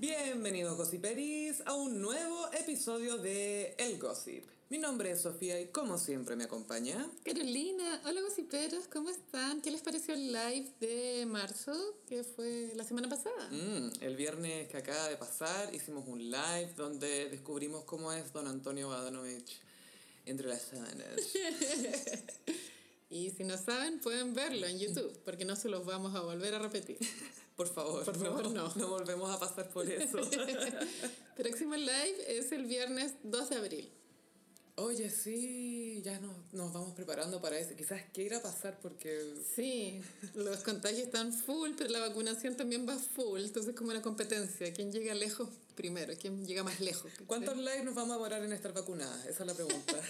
Bienvenidos Gossiperis a un nuevo episodio de El Gossip. Mi nombre es Sofía y como siempre me acompaña. Carolina, hola gossiperos, ¿cómo están? ¿Qué les pareció el live de marzo que fue la semana pasada? Mm, el viernes que acaba de pasar hicimos un live donde descubrimos cómo es don Antonio Badanovich entre las sábanas. Y si no saben, pueden verlo en YouTube, porque no se los vamos a volver a repetir. Por favor, Por favor, no. no volvemos a pasar por eso. Próximo live es el viernes 2 de abril. Oye, sí, ya nos, nos vamos preparando para eso. Quizás que irá a pasar porque Sí, los contagios están full, pero la vacunación también va full, entonces es como una competencia. ¿Quién llega lejos primero? ¿Quién llega más lejos? ¿Cuántos likes nos vamos a parar en estar vacunadas? Esa es la pregunta.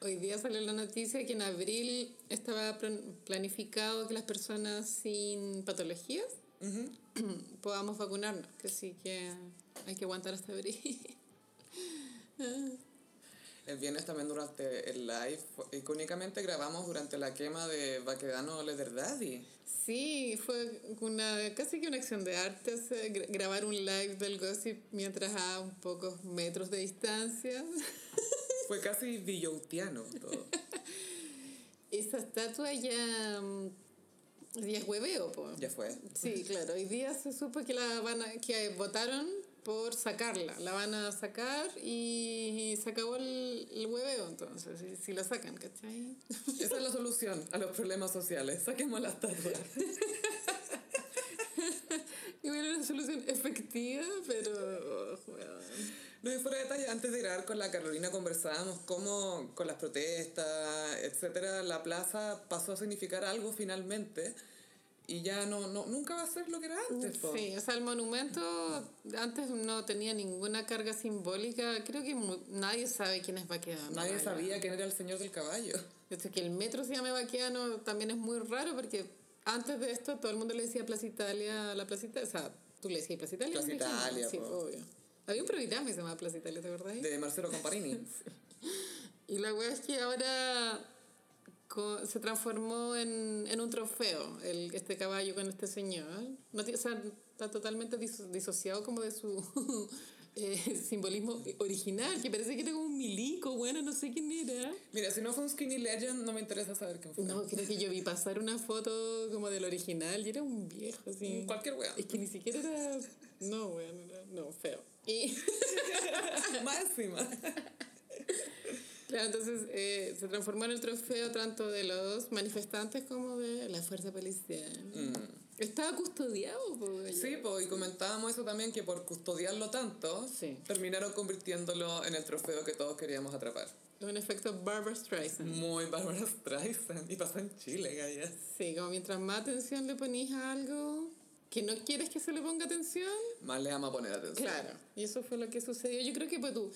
Hoy día salió la noticia que en abril estaba plan- planificado que las personas sin patologías podamos vacunarnos, que así que hay que aguantar hasta abril. El viernes también durante el live, fue- icónicamente grabamos durante la quema de Baquedano Leather Daddy. Sí, fue una, casi que una acción de arte hacer- gra- grabar un live del gossip mientras a un pocos metros de distancia. Fue casi villoutiano todo. Esa estatua ya, mm, ya es hueveo, po. Ya fue. Sí, claro. Hoy día se supo que la van a- que votaron por sacarla. La van a sacar y, se acabó el, el hueveo entonces, si, si la sacan, ¿cachai? Esa es la solución a los problemas sociales. Saquemos las tablas. Y bueno, una solución efectiva, pero oh, weón. No, y fuera de detalle, antes de grabar con la Carolina conversábamos cómo con las protestas, etcétera, la plaza pasó a significar algo finalmente y ya no, no nunca va a ser lo que era antes. po. Sí, o sea, el monumento antes no tenía ninguna carga simbólica. Creo que mu- nadie sabe quién es Baquedano. Nadie ¿verdad? sabía quién era el señor del caballo. De hecho, que el metro se llame Baquedano también es muy raro porque antes de esto todo el mundo le decía Plaza Italia a la Plaza Italia. O sea, tú le decías Plaza Italia. a la Plaza Plaza Italia, Sí, po. obvio. Había un programa que se llamaba Plaza Italia, ¿te acordás? De Marcelo Comparini. Y la wea es que ahora co- se transformó en, en un trofeo el, este caballo con este señor. No, tiene- o sea, está totalmente diso- disociado como de su eh, simbolismo original, que parece que era como un milico, bueno, no sé quién era. Mira, si no fue un Skinny Legend, no me interesa saber quién fue. Mm, No, creo que yo vi pasar una foto como del original y era un viejo así. Cualquier weón. Es que ni siquiera era... No, weón, era- no, feo. Y... Máxima. Claro, entonces eh, se transformó en el trofeo tanto de los manifestantes como de la fuerza policial. Estaba custodiado, pues. Mm. Sí, po, y comentábamos eso también, que por custodiarlo tanto, Sí. terminaron convirtiéndolo en el trofeo que todos queríamos atrapar. Un efecto Barbara Streisand. Muy Bárbara Streisand. Y pasó en Chile, gallas. Sí, como mientras más atención le ponís a algo que no quieres que se le ponga atención. Más le ama poner atención. Claro. Y eso fue lo que sucedió. Yo creo que, pues tú,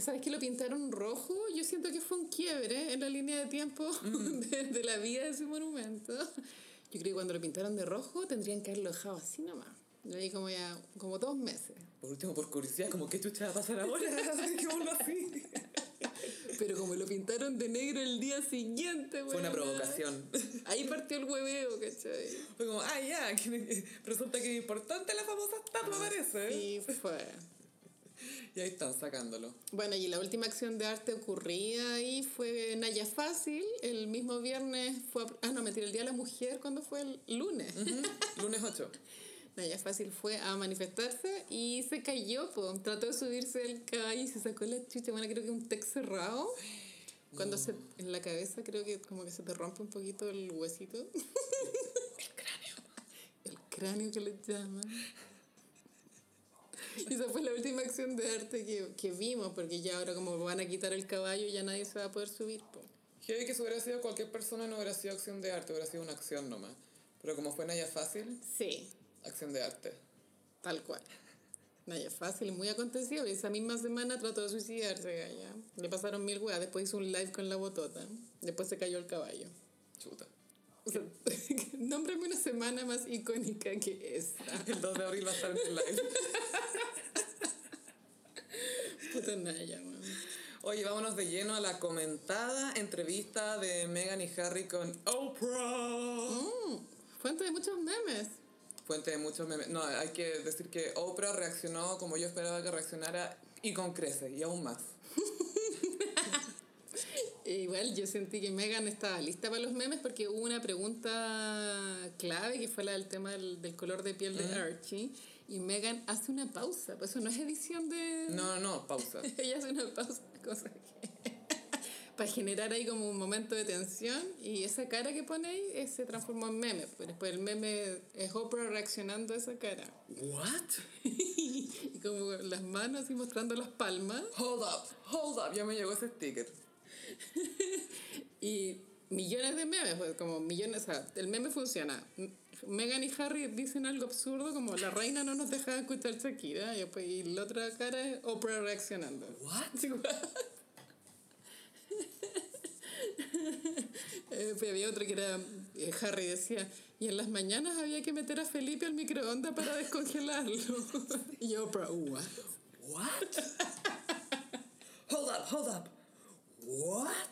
¿sabes que lo pintaron rojo? Yo siento que fue un quiebre en la línea de tiempo Mm. de, de la vida de ese monumento. Yo creo que cuando lo pintaron de rojo tendrían que haberlo dejado así nomás. Yo ahí como ya, como dos meses. Por último, por curiosidad, como qué chucha va a pasar ahora, dejémoslo así. Pero como lo pintaron de negro el día siguiente, Fue una weona, provocación. Ahí partió el hueveo, ¿cachai? Fue como, ah, ya, que- resulta que es importante la famosa Ah, estatua, parece. ¿eh? Y fue. Y ahí están sacándolo. Bueno, y la última acción de arte ocurrida ahí fue Naya Fácil. El mismo viernes fue. a- Ah, no, mentira, el Día de la Mujer, cuando fue el lunes. Lunes 8. Naya Fácil fue a manifestarse y se cayó, po. trató de subirse al caballo y se sacó la chucha. Bueno, creo que un tec cerrado. Cuando se. En la cabeza, creo que como que se te rompe un poquito el huesito. El cráneo. El cráneo que le llaman. Y esa fue la última acción de arte que, que vimos, porque ya ahora, como van a quitar el caballo, ya nadie se va a poder subir, po. Heavy que si hubiera sido cualquier persona no hubiera sido acción de arte, hubiera sido una acción nomás. Pero como fue Naya Fácil, Sí, acción de arte. Tal cual. No, ya fácil, muy acontecido. Esa misma semana trató de suicidarse, galla. Le pasaron mil weas. Después hizo un live con la botota. Después se cayó el caballo. Chuta. O sea, nómbrame una semana más icónica que esa. El 2 de abril va a estar en el live. Puta Naya, weón. Oye, vámonos de lleno a la comentada entrevista de Meghan y Harry con Oprah. Oh, Mm, Fuente de muchos memes. fuente de muchos memes. No, hay que decir que Oprah reaccionó como yo esperaba que reaccionara y con creces, y aún más. Igual yo sentí que Megan estaba lista para los memes porque hubo una pregunta clave que fue la del tema del, del color de piel de Archie. Y Megan hace una pausa, pues eso no es edición de... No, no, no, pausa. Ella hace una pausa, cosa que... para generar ahí como un momento de tensión y esa cara que pone ahí eh, se transformó en meme. Pero después el meme es Oprah reaccionando a esa cara. ¿What? y como las manos y mostrando las palmas. Hold up, hold up, ya me llegó ese sticker. Y millones de memes, pues, como millones, o sea, el meme funciona. Megan y Harry dicen algo absurdo como la reina no nos deja escuchar Shakira y, después- y la otra cara es Oprah reaccionando. ¿What? Sí, what? Eh, pues había otro que era eh, Harry decía y en las mañanas había que meter a Felipe al microondas para descongelarlo y Oprah "What?". What? hold up, hold up. What?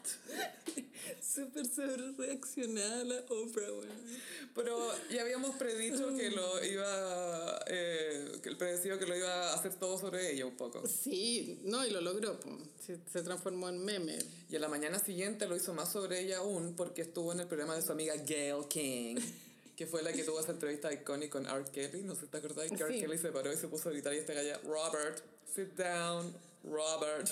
súper sobre reaccionada la Oprah weón. Pero ya habíamos predicho que lo iba, eh, que el predecido que lo iba a hacer todo sobre ella un poco. Sí, no, y lo logró. po. Se, se transformó en meme. Y a la mañana siguiente lo hizo más sobre ella aún porque estuvo en el programa de su amiga Gail King, que fue la que tuvo esa entrevista icónica con R. Kelly. No sé si te acordás que R. Sí. Kelly se paró y se puso a gritar y esta galla, Robert, sit down, Robert.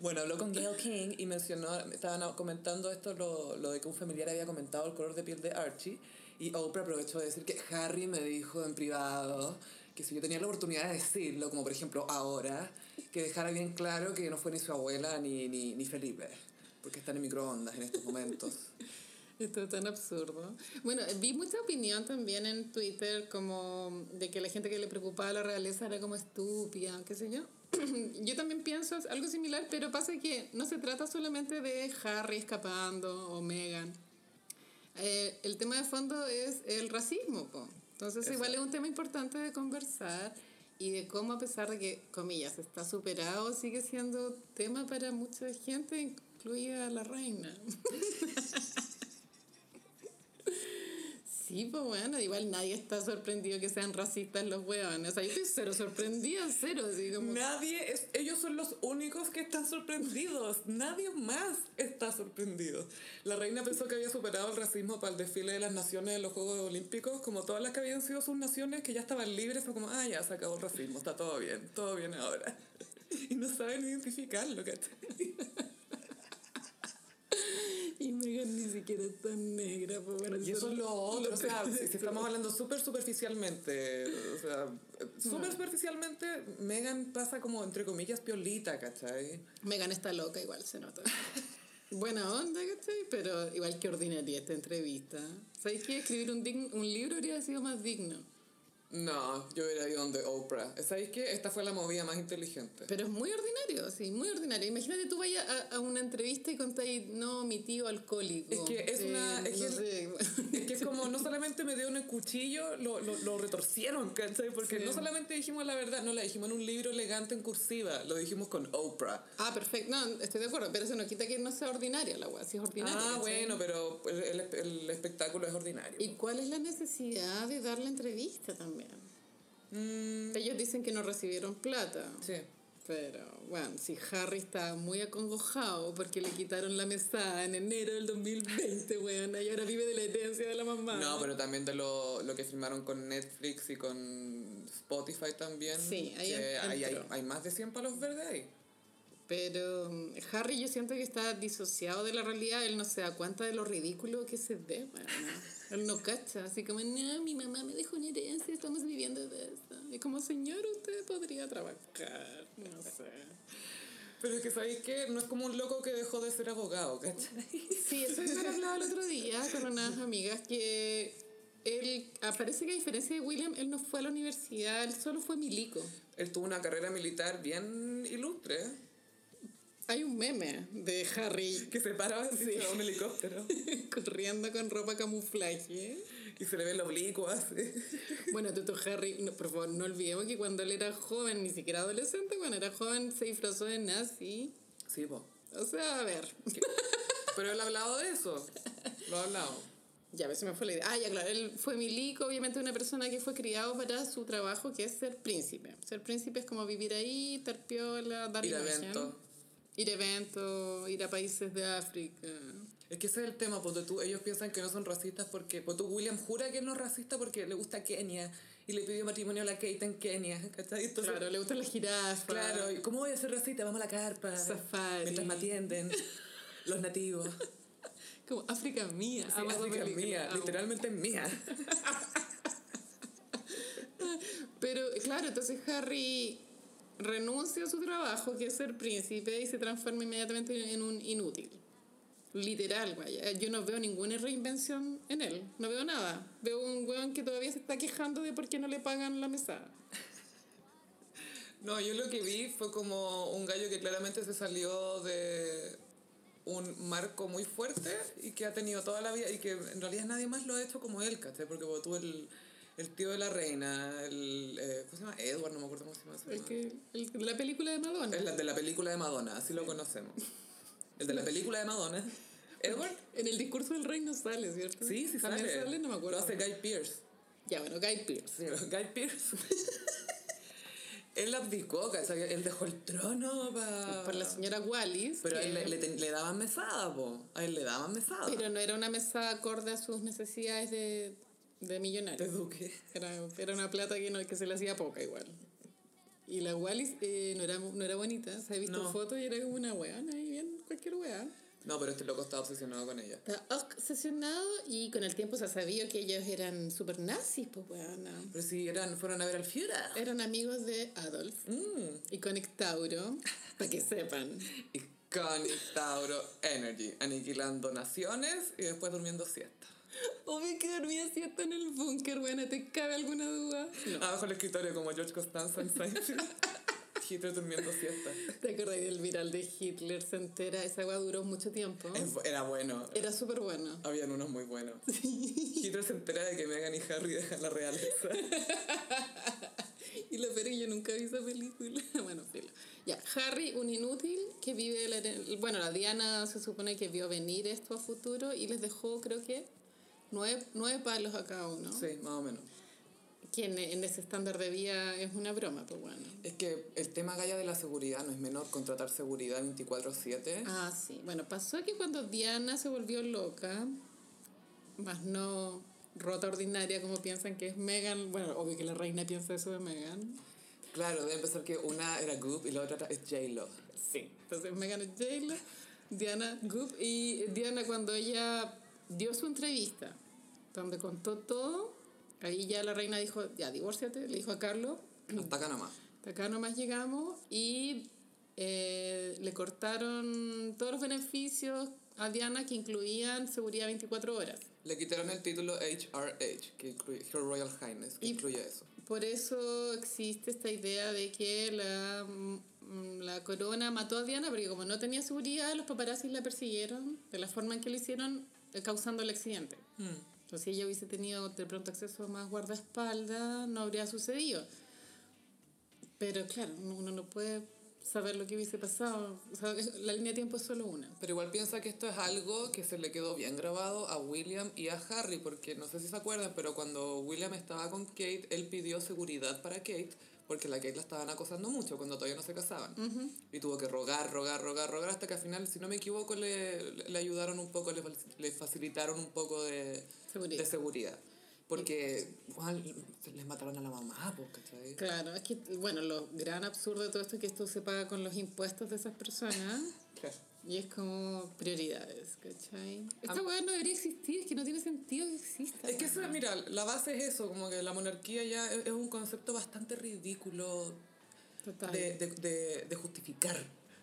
bueno, habló con Gail King y mencionó, estaban comentando esto, lo, lo de que un familiar había comentado el color de piel de Archie. Y Oprah aprovechó de decir que Harry me dijo en privado que si yo tenía la oportunidad de decirlo, como por ejemplo ahora, que dejara bien claro que no fue ni su abuela ni, ni, ni Felipe, porque están en microondas en estos momentos. Esto es tan absurdo. Bueno, vi mucha opinión también en Twitter como de que la gente que le preocupaba la realeza era como estúpida, qué sé yo. Yo también pienso algo similar, pero pasa que no se trata solamente de Harry escapando o Meghan. Eh, el tema de fondo es el racismo. po. Entonces igual es un tema importante de conversar y de cómo a pesar de que, comillas, está superado, sigue siendo tema para mucha gente, incluida la reina. Sí, pues bueno, igual nadie está sorprendido que sean racistas los huevones. O sea, yo estoy cero sorprendida, cero. Así como, Nadie, es- ellos son los únicos que están sorprendidos. Nadie más está sorprendido. La reina pensó que había superado el racismo para el desfile de las naciones de los Juegos Olímpicos, como todas las que habían sido sus naciones que ya estaban libres, fue como, ah, ya se acabó el racismo, está todo bien, todo bien ahora. Y no saben identificarlo, ¿cachai? Y Megan ni siquiera es tan negra, pues bueno. Y eso es lo otro, o sea, peor si de si estamos hablando súper superficialmente, o sea, súper superficialmente, Megan pasa como, entre comillas, piolita, ¿cachai? Megan está loca, igual se nota. Buena onda, ¿cachai? Pero igual que ordinaria esta entrevista. ¿Sabéis que escribir un, dign- un libro hubiera sido más digno? No, yo hubiera ido donde Oprah. ¿Sabéis qué? Esta fue la movida más inteligente. Pero es muy ordinario, sí, muy ordinario. Imagínate tú vayas a, a una entrevista y contáis, no, mi tío alcohólico. Eh, Es que es una- es que- sé". Es que es como, no solamente me dieron el cuchillo, lo, lo, lo retorcieron, ¿cachai? Porque Sí. no solamente dijimos la verdad, no la dijimos en un libro elegante en cursiva, lo dijimos con Oprah. Ah, perfecto. No, estoy de acuerdo, pero eso no quita que no sea ordinaria la weá, si es ordinaria. ah, ¿cachai? bueno, pero el, el- el espectáculo es ordinario. ¿Y cuál es la necesidad de dar la entrevista también? Mm, Ellos dicen que no recibieron plata. sí. Pero, bueno, si Harry está muy acongojado porque le quitaron la mesada en enero del 2020, weón, y ahora vive de la herencia de la mamá. No, pero también de lo, lo que firmaron con Netflix y con Spotify también. Sí, ahí que en- hay, hay, entró. hay más de 100 palos verdes ahí. Pero mm, Harry yo siento que está disociado de la realidad, él no se da cuenta de lo ridículo que se ve, bueno, él no cacha, así como, no, mi mamá me dejó una herencia, estamos viviendo de esto. Y como, señor, usted podría trabajar, no sé. Pero es que sabéis que no es como un loco que dejó de ser abogado, ¿cachai? Sí, eso yo lo hablaba el otro día con unas amigas que él, ah, parece que a diferencia de William, él no fue a la universidad, él solo fue milico. Él tuvo una carrera militar bien ilustre, ¿eh? Hay un meme de Harry que se paraba así Sí. en un helicóptero corriendo con ropa camuflaje. y se le ve la oblicua así. Bueno, Tuto Harry, no, por favor, no olvidemos que cuando él era joven, ni siquiera adolescente, cuando era joven se disfrazó de nazi. Sí, po. O sea, a ver. Pero él ha hablado de eso. Lo ha hablado. Ya, a veces me fue la idea. Ah, ya, claro, él fue milico, obviamente una persona que fue criado para su trabajo, que es ser príncipe. Ser príncipe es como vivir ahí, estar piola, dar Ir a imagen. eventos. Ir a eventos, ir a países de África. Es que ese es el tema, porque tú, ellos piensan que no son racistas porque, porque tú, William jura que no es racista porque le gusta Kenia y le pidió matrimonio a la Kate en Kenia, ¿cachai? Entonces, claro, le gustan las jirafas. claro, ¿y ¿cómo voy a ser racista? Vamos a la carpa, Safari. mientras me atienden los nativos. Como África mía. Sí, amo esa África es película, mía, amo. literalmente es mía. Pero claro, entonces Harry renuncia a su trabajo, que es ser príncipe, y se transforma inmediatamente en un inútil. Literal, vaya. Yo no veo ninguna reinvención en él. No veo nada. Veo un weón que todavía se está quejando de por qué no le pagan la mesada. No, yo lo que vi fue como un gallo que claramente se salió de un marco muy fuerte y que ha tenido toda la vida y que en realidad nadie más lo ha hecho como él, ¿cachai? Porque como tú el, el tío de la reina, el, eh, ¿cómo se llama? Edward, no me acuerdo cómo se llama. ese El man. que, el- la película de Madonna. Es la de la película de Madonna, así lo conocemos. El de la película de Madonna. ¿Edward? En el discurso del rey no sale, ¿cierto? Sí, sí También sale. no me acuerdo. Lo hace Guy Pierce. Ya, bueno, Guy Pearce. Sí, Guy Pierce. él abdicó, ¿cachai? Él dejó el trono para... Por la señora Wallis. Pero a que- él le, le ten- le daban mesada, po. A él le daban mesada. pero no era una mesa acorde a sus necesidades de, de millonario. De Duque. Era, era una plata que, no, que se le hacía poca igual. Y la Wallis eh, no, era, no era bonita. Se ha visto No. fotos y era como una weana ahí bien cualquier weá. No, pero este loco estaba obsesionado con ella. Estaba obsesionado y con el tiempo se ha sabido que ellos eran super nazis, pues weana. Pero si eran, fueron a ver al Führer. Eran amigos de Adolf Mm. y Conectauro, para que sepan. Y con Tauro Energy, aniquilando naciones y después durmiendo siesta. Obvio que dormía siesta en el búnker, weana. ¿Te cabe alguna duda? No. Abajo el escritorio como George Costanza en Seinfeld. Hitler durmiendo siesta. ¿Te acordáis del viral de Hitler? Se entera, esa agua duró mucho tiempo. Es bu- Era bueno. Era súper bueno. Habían unos muy buenos. Hitler se entera de que Meghan y Harry dejan la realeza. Y la peor es que yo nunca vi esa película. Bueno, filo. Ya, Harry, un inútil que vive... la heren- bueno, la Diana se supone que vio venir esto a futuro y les dejó, creo que, nueve, nueve palos a cada uno. Sí, más o menos. Que en, en ese estándar de vida es una broma, pues bueno. Es que el tema galla de la seguridad no es menor. Contratar seguridad 24-7. Ah, sí. Bueno, pasó que cuando Diana se volvió loca, más no rota ordinaria como piensan que es Megan, bueno, obvio que la reina piensa eso de Megan. Claro, debe empezar que una era Goop y la otra es J-Lo. Sí, entonces Megan es J-Lo, Diana Goop y Diana cuando ella dio su entrevista, donde contó todo, ahí ya la reina dijo, ya, divórciate, le dijo a Carlos, Hasta acá nomás. hasta acá nomás llegamos y eh, le cortaron todos los beneficios a Diana que incluían seguridad 24 horas. Le quitaron el título HRH, que incluye Her Royal Highness, que Y- incluye eso. Por eso existe esta idea de que la, mm, la corona mató a Diana, porque como no tenía seguridad, los paparazzis la persiguieron de la forma en que lo hicieron, eh, causando el accidente. Entonces, si ella hubiese tenido de pronto acceso a más guardaespaldas, no habría sucedido. Pero claro, uno uno no puede saber lo que hubiese pasado. O sea, la línea de tiempo es solo una. Pero igual piensa que esto es algo que se le quedó bien grabado a William y a Harry, porque no sé si se acuerdan, pero cuando William estaba con Kate, él pidió seguridad para Kate, porque la Kate la estaban acosando mucho cuando todavía no se casaban. Y tuvo que rogar, rogar, rogar, rogar, hasta que al final, si no me equivoco, le, le ayudaron un poco, le, fal- le facilitaron un poco de Seguridad. de seguridad. Porque Juan, les mataron a la mamá, po, ¿cachai? Claro, es que, bueno, lo gran absurdo de todo esto es que esto se paga con los impuestos de esas personas. Claro. Y es como prioridades, ¿cachai? Esta weá no debería existir, es que no tiene sentido que exista. Es que eso, mira, la base es eso, como que la monarquía ya es es un concepto bastante ridículo Total. de, de, de- de justificar.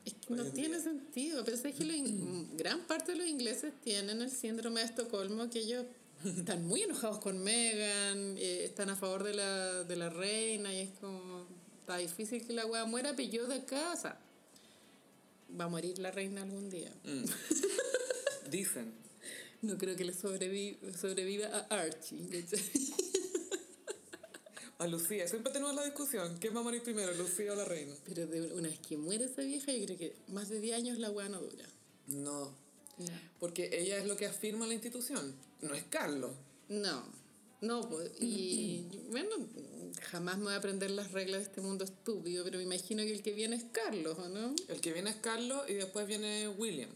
Es que no Hoy en tiene sentido. Pensé que los in- gran parte de los ingleses tienen el síndrome de Estocolmo, que ellos están muy enojados con Meghan, eh, están a favor de la, de la reina, y es como, está difícil que la weá muera, pero yo de acá, o sea, va a morir la reina algún día. Mm. Dicen. No creo que le sobrevi- sobreviva a Archie, ¿cachai? A Lucía, siempre tenemos la discusión, ¿quién va a morir primero, Lucía o la reina? Pero de una vez que muere esa vieja, yo creo que más de 10 años la weá no dura. No, porque ella es lo que afirma la institución. no es Carlos. No, no, po, y bueno, jamás me voy a aprender las reglas de este mundo estúpido, pero me imagino que el que viene es Carlos, ¿o no? El que viene es Carlos y después viene William.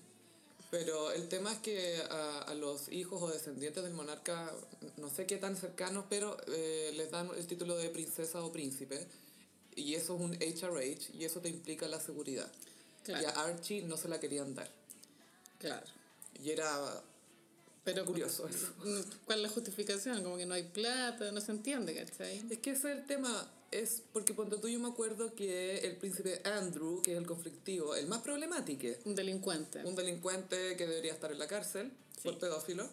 Pero el tema es que a, a los hijos o descendientes del monarca, no sé qué tan cercanos, pero eh, les dan el título de princesa o príncipe. Y eso es un HRH y eso te implica la seguridad. Claro. Y a Archie no se la querían dar. Claro. Y era Pero curioso eso. ¿Cuál es la justificación? Como que no hay plata, no se entiende, ¿cachai? Es que ese es el tema, es porque cuando tú yo me acuerdo que el príncipe Andrew, que es el conflictivo, el más problemático, Un delincuente. un delincuente que debería estar en la cárcel por pedófilo,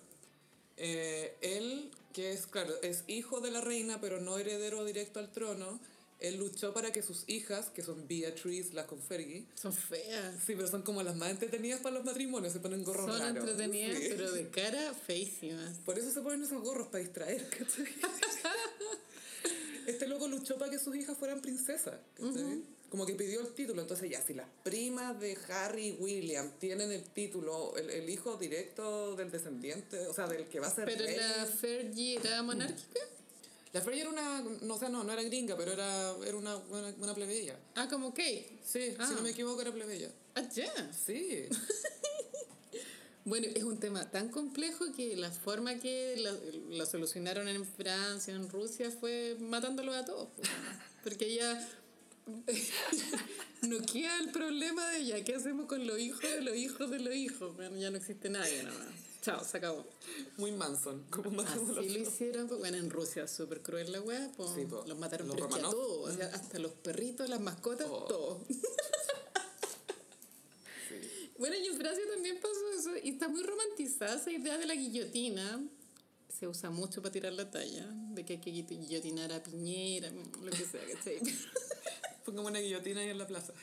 eh, él, que es, claro, es hijo de la reina, pero no heredero directo al trono, él luchó para que sus hijas, que son Beatriz, las Confergie, Son feas. sí, pero son como las más entretenidas para los matrimonios, se ponen gorros Son raros. entretenidas, Sí. pero de cara feísimas. Por eso se ponen esos gorros, para distraer, ¿cachai? Este loco luchó para que sus hijas fueran princesas, ¿cachai? Como que pidió el título, entonces ya, si las primas de Harry y William tienen el título, el, el hijo directo del descendiente, o sea, del que va a ser Pero rey. la Fergie era monárquica. La Freya era una, no sé, no, no era gringa, pero era, era una, una, una plebeya. Ah, como Kate. Sí, Ah. si no me equivoco era plebeya. Ah, ya. Sí, Bueno, es un tema tan complejo que la forma que la- la solucionaron en Francia, en Rusia, fue matándolos a todos. pues, bueno. Porque ya no queda el problema de ya, ¿qué hacemos con los hijos de los hijos de los hijos? Bueno, ya no existe nadie nada más. Chao, se acabó. muy Manson, como matamos Así lo hicieron, pues, bueno, en Rusia, súper cruel la weá, pues, Sí, po. los mataron Los pero es que a Romanov. todos, o sea, hasta los perritos, las mascotas, Oh. todo. Bueno, y en Francia también pasó eso, y está muy romantizada esa idea de la guillotina, se usa mucho para tirar la talla, de que hay que guillo- guillotinar a Piñera, lo que sea, ¿cachai? Pongamos una guillotina ahí en la plaza.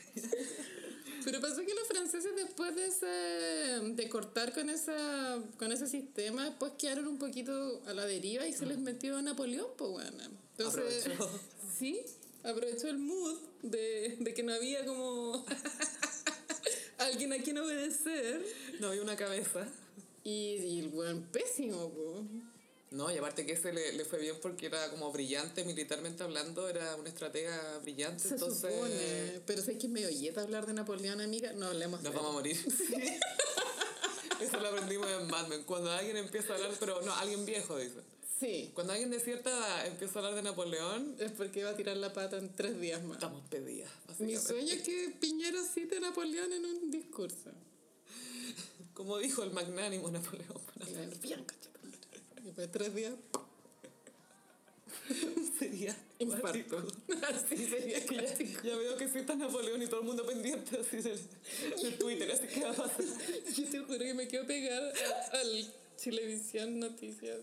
Pero pasó que los franceses después de, ese- de cortar con, esa, con ese sistema, después quedaron un poquito a la deriva y se les metió Napoleón, pues bueno. Entonces, Mm. Aprovechó. sí, aprovechó el mood de, de que no había como alguien a quien obedecer. No había una cabeza. Y, y el weón pésimo, pues. No, y aparte que ese le, le fue bien porque era como brillante militarmente hablando, era una estratega brillante, Se entonces supone. Pero sé que me oyeta hablar de Napoleón, amiga. No hablemos de nos él. vamos a morir. Eso lo aprendimos en Mad Men. Cuando alguien empieza a hablar, pero no, alguien viejo dice. Sí, Cuando alguien de cierta edad empieza a hablar de Napoleón, es porque va a tirar la pata en tres días más. estamos pedidas. Mi básicamente. sueño es que Piñera cite a Napoleón en un discurso. Como dijo el magnánimo Napoleón. Bien, conchetumare. Y después de tres días, Sería infarto. cuático. Así sería clásico. Ya veo que sí está Napoleón y todo el mundo pendiente así del, del Twitter, así que va a pasar. Yo te juro que me quiero pegar a- al Televisión Noticias.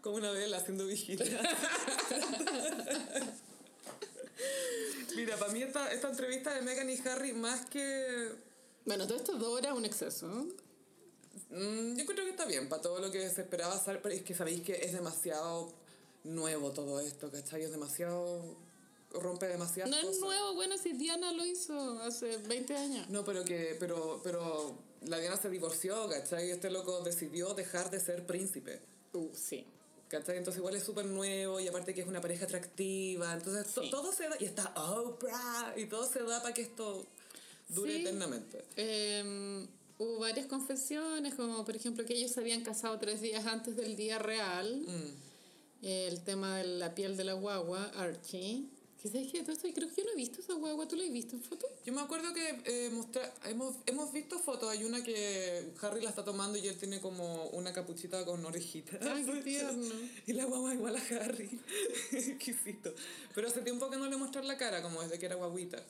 Como una vela haciendo vigilia. Mira, para mí esta, esta entrevista de Meghan y Harry, más que. Bueno, todo esto dos horas es un exceso. ¿no? mm, yo creo que está bien para todo lo que se esperaba hacer, pero es que sabéis que es demasiado nuevo todo esto, ¿cachai? Es demasiado. rompe demasiado. No es nuevo, bueno, si Diana lo hizo hace 20 años. No, pero que. pero. pero la Diana se divorció, ¿cachai? Este loco decidió dejar de ser príncipe. Uh, sí. ¿Cachai? Entonces igual es súper nuevo y aparte que es una pareja atractiva. Entonces to- Sí. todo se da y está Oprah y todo se da para que esto dure Sí. eternamente. Eh, hubo varias confesiones, como por ejemplo que ellos se habían casado tres días antes del día real. El tema de la piel de la guagua, Archie. Que sabes que todo esto, creo que yo no he visto esa guagua, ¿tú la has visto en foto? Yo me acuerdo que eh, mostra- hemos, hemos visto fotos, hay una que Harry la está tomando y él tiene como una capuchita con orejitas. Ay, qué tierno. y la guagua igual a Harry. Exquisito. Pero hace tiempo que no le mostrar la cara, como desde que era guaguita.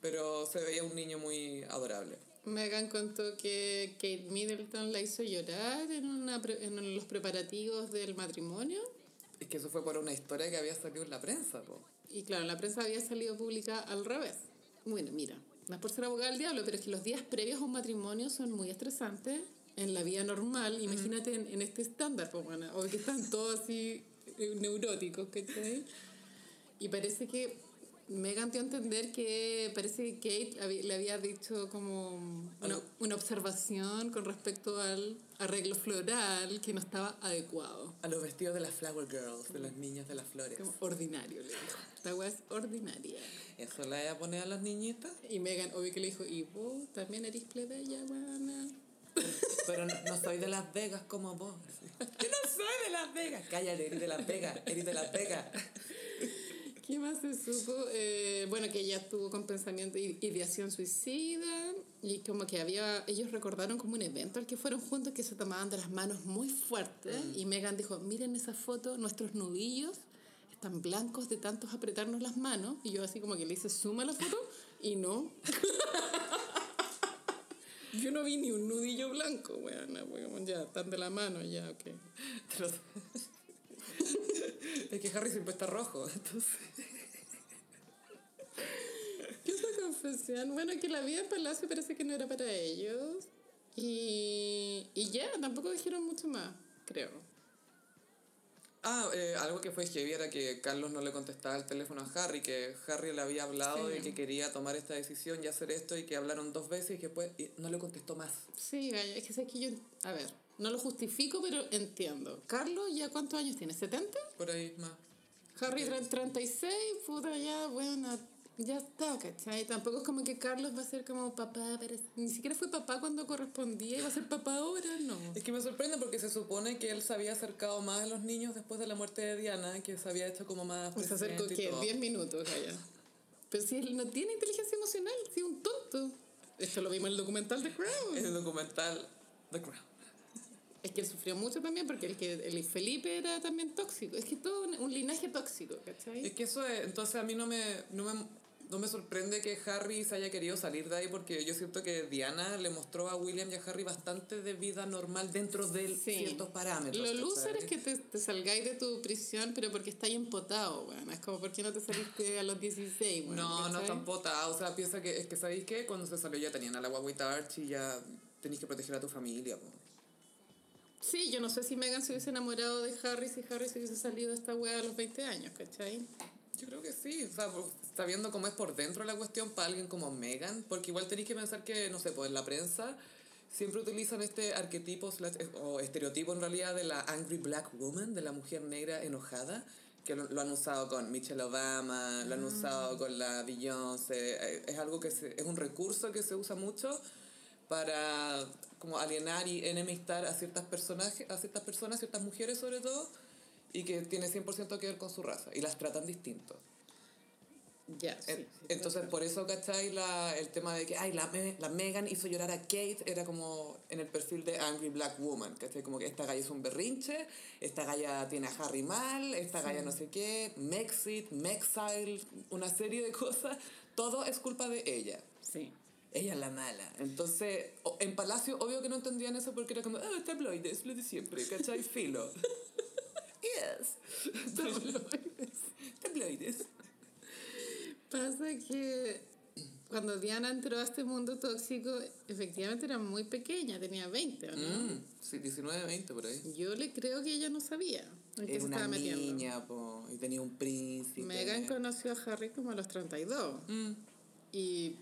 Pero se veía un niño muy adorable. Megan contó que Kate Middleton la hizo llorar en, una pre- en los preparativos del matrimonio. Es que eso fue por una historia que había salido en la prensa, po. Y claro, la prensa había salido pública al revés. Bueno, mira, no es por ser abogada del diablo, pero es que los días previos a un matrimonio son muy estresantes en la vida normal. Imagínate en, en este estándar, pues bueno, o que están todos así eh, neuróticos, ¿cachai? Y parece que Megan dio a entender que parece que Kate habi- le había dicho como una, Algo. una observación con respecto al arreglo floral que no estaba adecuado. A los vestidos de las Flower Girls, de las niñas de las flores. Como ordinario, le dijo. Esta weá es ordinaria. ¿Eso la voy a poner a las niñitas? Y Megan, obvio que le dijo, y vos también eres plebeya, weona. Pero no, no soy de Las Vegas como vos. Yo no soy de Las Vegas. Cállate, eres de Las Vegas, eres de Las Vegas. ¿Qué más se supo? Eh, bueno, que ella estuvo con pensamiento y ideación suicida y como que había, ellos recordaron como un evento al que fueron juntos que se tomaban de las manos muy fuerte y Megan dijo, miren esa foto, nuestros nudillos están blancos de tantos apretarnos las manos y yo así como que le hice suma la foto y no. yo no vi ni un nudillo blanco, bueno, ya, están de la mano, ya, ok. Pero- Es que Harry siempre está rojo, entonces... ¿Qué otra confesión? Bueno, que la vida en Palacio parece que no era para ellos. Y, y ya, tampoco dijeron mucho más, creo. Ah, eh, algo que fue heavy era que Carlos no le contestaba el teléfono a Harry, que Harry le había hablado Sí. de que quería tomar esta decisión y hacer esto y que hablaron dos veces y que después y no le contestó más. Sí, gallo, es que sé que yo, a ver, no lo justifico, pero entiendo. Carlos, ¿ya cuántos años tiene? ¿70? Por ahí más. Harry tre- 36, puta, ya, bueno, ya está, ¿cachai? Tampoco es como que Carlos va a ser como papá, pero es- ni siquiera fue papá cuando correspondía, y va a ser papá ahora, no. Es que me sorprende porque se supone que él se había acercado más a los niños después de la muerte de Diana, que se había hecho como más... O sea, hacer presente y que todo. 10 minutos allá. Pero si él no tiene inteligencia emocional, si es un tonto. Esto lo vimos en el documental de En Crown. el documental The Crown. Es que él sufrió mucho también porque el que el Felipe era también tóxico. Es que todo un, un linaje tóxico, Es ¿cachai? que eso es, entonces a mí no me, no me, no me sorprende que Harry se haya querido salir de ahí porque yo siento que Diana le mostró a William y a Harry bastante de vida normal dentro de Sí. ciertos parámetros. Lo ¿cachai? loser es que te, te salgáis de tu prisión, pero porque estáis empotado, weón. Es como, ¿por qué no te saliste a los 16, weón? No, no ¿cachai? tampoco. O sea, piensa que es que sabéis que cuando se salió ya tenían a la guaguita Archie ya tenéis que proteger a tu familia. po. Sí, yo no sé si Megan se hubiese enamorado de Harry si Harry se hubiese salido de esta weá a los 20 años, ¿cachai? Yo creo que sí, o sea, por- sabiendo cómo es por dentro la cuestión para alguien como Megan, porque igual tenéis que pensar que, no sé, pues en la prensa siempre utilizan este arquetipo slash- o estereotipo en realidad de la angry black woman, de la mujer negra enojada, que lo, lo han usado con Michelle Obama, lo han usado con la Beyoncé, eh, es algo que se- es un recurso que se usa mucho para como alienar y enemistar a ciertas personajes, a ciertas personas, ciertas mujeres sobre todo, y que tiene 100% que ver con su raza, y las tratan distinto. Ya, sí, En- sí, Entonces, por eso, ¿cachai? La, el tema de que, ay, la, Me- la Megan hizo llorar a Kate era como en el perfil de Angry Black Woman, ¿cachai? Como que esta galla es un berrinche, esta galla tiene a Harry mal, esta galla no sé qué, Mexit, Mexile, una serie de cosas. Todo es culpa de ella. sí. Ella es la mala. Entonces, o- en Palacio, obvio que no entendían eso porque era como, ah, tabloides, lo de siempre, ¿cachai? Filo. yes. Tabloides. tabloides. Pasa que cuando Diana entró a este mundo tóxico, efectivamente era muy pequeña, tenía 20, ¿o ¿no? Mm, sí, 19, 20 por ahí. Yo le creo que ella no sabía en qué Era se Mm. una estaba metiendo. niña, po, y tenía un príncipe. Megan conoció a Harry como a los 32. Mm. Y,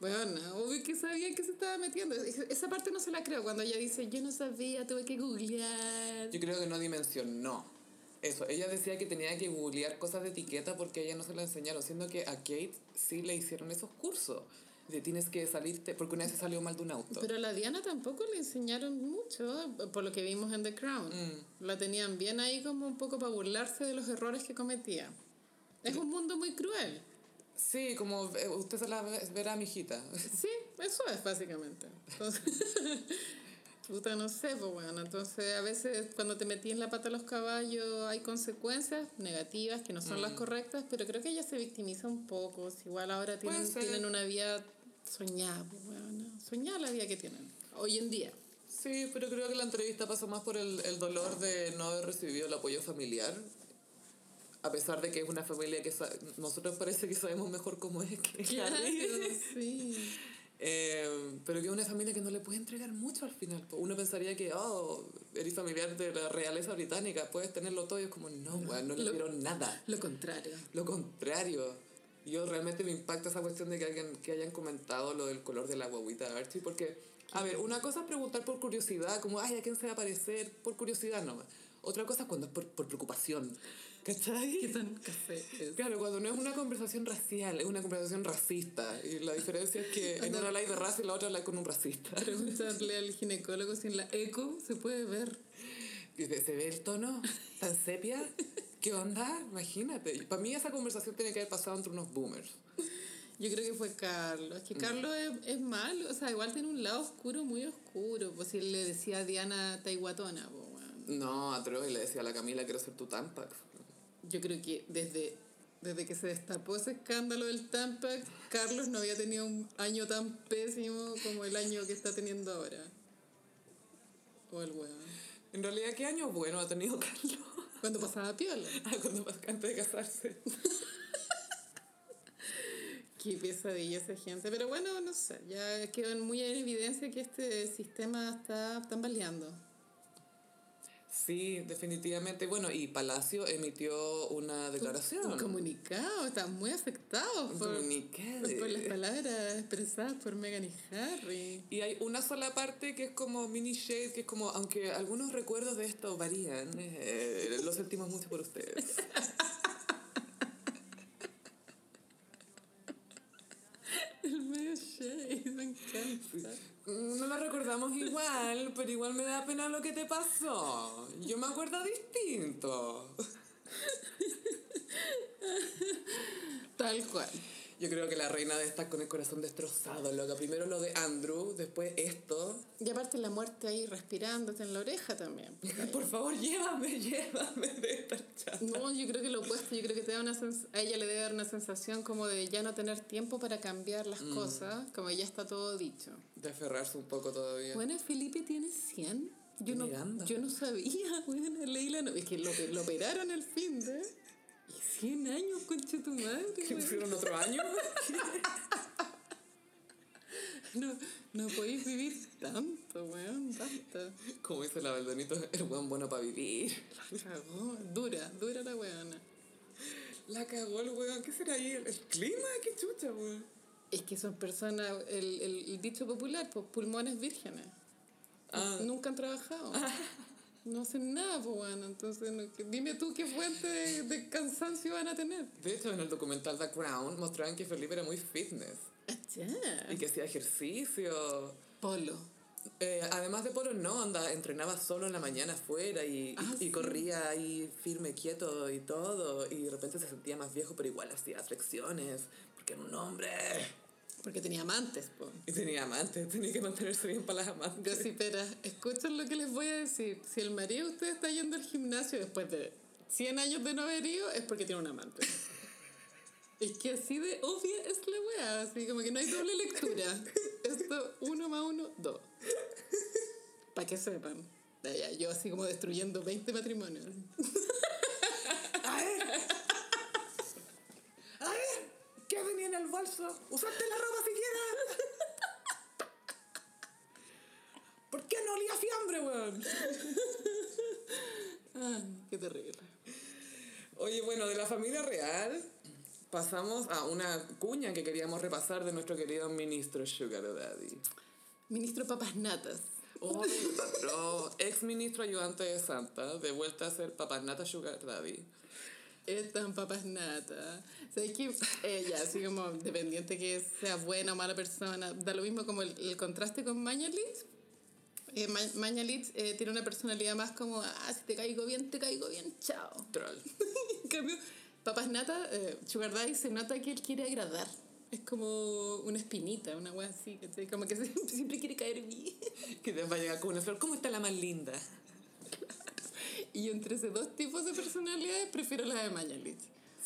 bueno, obvio que sabía en qué se estaba metiendo. Es- Esa parte no se la creo cuando ella dice, yo no sabía, tuve que googlear. Yo creo que no dimensionó eso. Ella decía que tenía que googlear cosas de etiqueta porque a ella no se la enseñaron, siendo que a Kate sí le hicieron esos cursos de tienes que salirte, porque una vez se salió mal de un auto. Pero a la Diana tampoco le enseñaron mucho, por lo que vimos en The Crown. Mm. La tenían bien ahí como un poco para burlarse de los errores que cometía. Es un mundo muy cruel. Sí, como eh, usted se la ve- verá, mijita. Sí, eso es básicamente. Entonces, puta, no sé, pues bueno. Entonces, a veces cuando te metí en la pata a los caballos hay consecuencias negativas que no son las correctas, pero creo que ella se victimiza un poco. Si igual ahora Puede tienen, ser. tienen una vida soñada, pues bueno. Soñada la vida que tienen hoy en día. Sí, pero creo que la entrevista pasó más por el, el dolor de no haber recibido el apoyo familiar. A pesar de que es una familia que sa- nosotros parece que sabemos mejor cómo es que Harry. sí. Eh, pero que es una familia que no le puede entregar mucho al final. po. Uno pensaría que, oh, eres familiar de la realeza británica, puedes tenerlo todo. Y es como, no, weón, no le Lo- dieron nada. Lo contrario. Lo contrario. yo realmente me impacta esa cuestión de que, alguien, que hayan comentado lo del color de la guaguita de Archie, porque, a ver, una cosa es preguntar por curiosidad, como, ay, ¿a quién se va a parecer? Por curiosidad nomás. Otra cosa es cuando es por, por preocupación. ¿Cachai? ¿Qué tan café es? Claro, cuando no es una conversación racial, es una conversación racista. Y la diferencia es que en una habláis de raza y la otra habláis con un racista. Preguntarle al ginecólogo si en la eco se puede ver. Y se, se ve el tono tan sepia. ¿Qué onda? Imagínate. Para mí esa conversación tiene que haber pasado entre unos boomers. Yo creo que fue Carlos. Es que Carlos es, es malo. O sea, igual tiene un lado oscuro, muy oscuro. Pues si le decía a Diana taiguatona, pues, weón. No, a Troy le decía a la Camila, quiero ser tu Tampax. Yo creo que desde, desde que se destapó ese escándalo del Tampax, Carlos no había tenido un año tan pésimo como el año que está teniendo ahora. O el weón. En realidad, ¿qué año bueno ha tenido Carlos? Cuando pasaba piola. Ah, cuando pas- antes de casarse. Qué pesadilla esa gente. Pero bueno, no sé, ya quedó en- muy en evidencia que este sistema está tambaleando. Sí, definitivamente. Bueno, y Palacio emitió una Un declaración. comunicado, están muy afectados Un por, comunicado. por las palabras expresadas por Meghan y Harry. Y hay una sola parte que es como mini shade, que es como, aunque algunos recuerdos de esto varían, eh, lo sentimos mucho por ustedes. El medio shade, me encanta. No lo recordamos igual, pero igual me da pena lo que te pasó. Yo me acuerdo distinto. Tal cual. Yo creo que la reina de está con el corazón destrozado, loca. Primero lo de Andrew, después esto. Y aparte la muerte ahí respirándote en la oreja también. Por favor, llévame, llévame de esta chat. No, yo creo que lo opuesto, yo creo que te da una sens- a ella le debe dar una sensación como de ya no tener tiempo para cambiar Mm. las cosas, como ya está todo dicho. De aferrarse un poco todavía. Bueno, Felipe tiene 100. Yo no, Miranda. yo no sabía, bueno, leí la no- Es que lo, lo operaron al fin de... Y 100 años, concha tu madre. ¿Qué weón. pusieron otro año? No, no podéis vivir tanto, weón, basta. Como dice la Baldonito, el buen bueno para vivir. La cagó. Dura, dura la weona. La cagó el weón. ¿Qué será ahí? ¿El clima? ¿Qué chucha, weón? Es que son personas, el, el, el dicho popular, pues pulmones vírgenes. Ah. Nunca han trabajado. No hacen nada, pues bueno. Entonces, no- que- dime tú qué fuente de, de cansancio van a tener. De hecho, en el documental The Crown mostraban que Felipe era muy fitness y que hacía ejercicio. Polo. Eh, además de polo, no, anda, entrenaba solo en la mañana afuera y, y- Ah, y sí. corría ahí firme, quieto y todo. Y de repente se sentía más viejo, pero igual hacía flexiones porque era un hombre. Porque tenía amantes, pues. Y tenía amantes, tenía que mantenerse bien para las amantes. Gossiperas, escuchen lo que les voy a decir. Si el marido de ustedes está yendo al gimnasio después de 100 años de noverío, es porque tiene un amante. es que así de obvia es la weá, así como que no hay doble lectura. Esto, uno más uno, dos. Para que sepan. Ya, ya, Yo así como destruyendo 20 matrimonios. A ver, ¿qué venía en el bolso? ¡Usaste la ropa siquiera! ¿Por qué no olía a fiambre, weón? Ah, qué terrible. Oye, bueno, de la familia real pasamos a una cuña que queríamos repasar de nuestro querido ministro Sugar Daddy. Ministro Papas Natas. Oh, patrón. Ex ministro ayudante de Santa, de vuelta a ser papanata Sugar Daddy. Están papas nata. ¿Sabes que Ella, así como dependiente que sea buena o mala persona, da lo mismo como el, el contraste con Mañalich. Eh, Ma- Mañalich eh, tiene una personalidad más como, ah, si te caigo bien, te caigo bien, chao. Troll. en cambio, papas nata, eh, Sugar Daddy se nota que él quiere agradar. Es como una espinita, una wea así, ¿cachai? Como que siempre, siempre quiere caer bien. Que te va a llegar con una flor. ¿Cómo está la más linda? Y entre esos dos tipos de personalidades, prefiero la de Mañalich.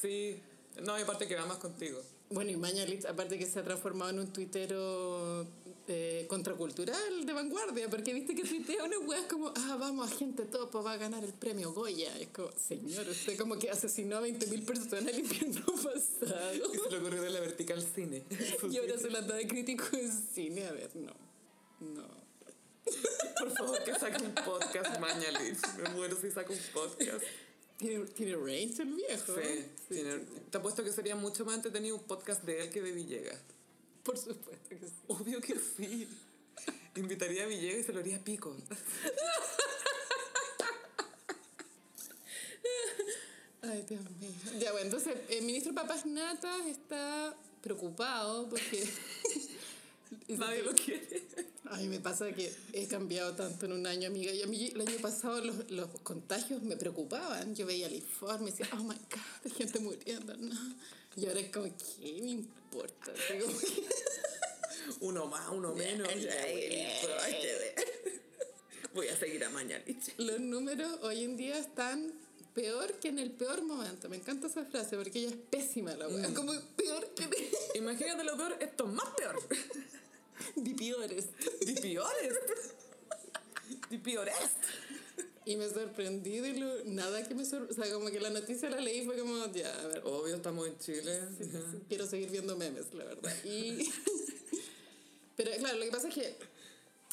Sí. No, y aparte que va más contigo. Bueno, y Mañalich, aparte que se ha transformado en un tuitero eh, contracultural de vanguardia, porque viste que tuitea unas weas como, ah, vamos, agente topo, va a ganar el premio Goya. Es como, señor, usted como que asesinó a 20.000 personas el invierno pasado. Y se le ocurrió de la vertical cine. Y ahora se la da de crítico en cine. A ver, no. No. Por favor, que saque un podcast, Mañalich. Me muero si saca un podcast. Tiene, tiene range el viejo. Sí, tiene- te apuesto que sería mucho más entretenido un podcast de él que de Villegas. Por supuesto que sí. Obvio que sí. Invitaría a Villegas y se lo haría pico. Ay, Dios mío. Ya, bueno, entonces el ministro Papas Natas está preocupado porque... Nadie lo quiere. A mí me pasa que he cambiado tanto en un año, amiga. Y a mí el año pasado los, los contagios me preocupaban. Yo veía el informe y decía, oh my god, hay gente muriendo, ¿no? Y ahora es como, ¿qué me importa? Así como que- Uno más, uno menos. Ya, Ya, ya, bueno, ya. hay que ver. Voy a seguir a Mañalich. los números hoy en día están peor que en el peor momento. Me encanta esa frase porque ella es pésima, la wea. Como peor que de, Imagínate lo peor, esto es más peor. de peores. Di peores. Di peores. Y me sorprendí de lo... Nada que me sorprendió. O sea, como que la noticia la leí y fue como, ya, a ver, Obvio, estamos en Chile. Quiero seguir viendo memes, la verdad. Y... Pero claro, lo que pasa es que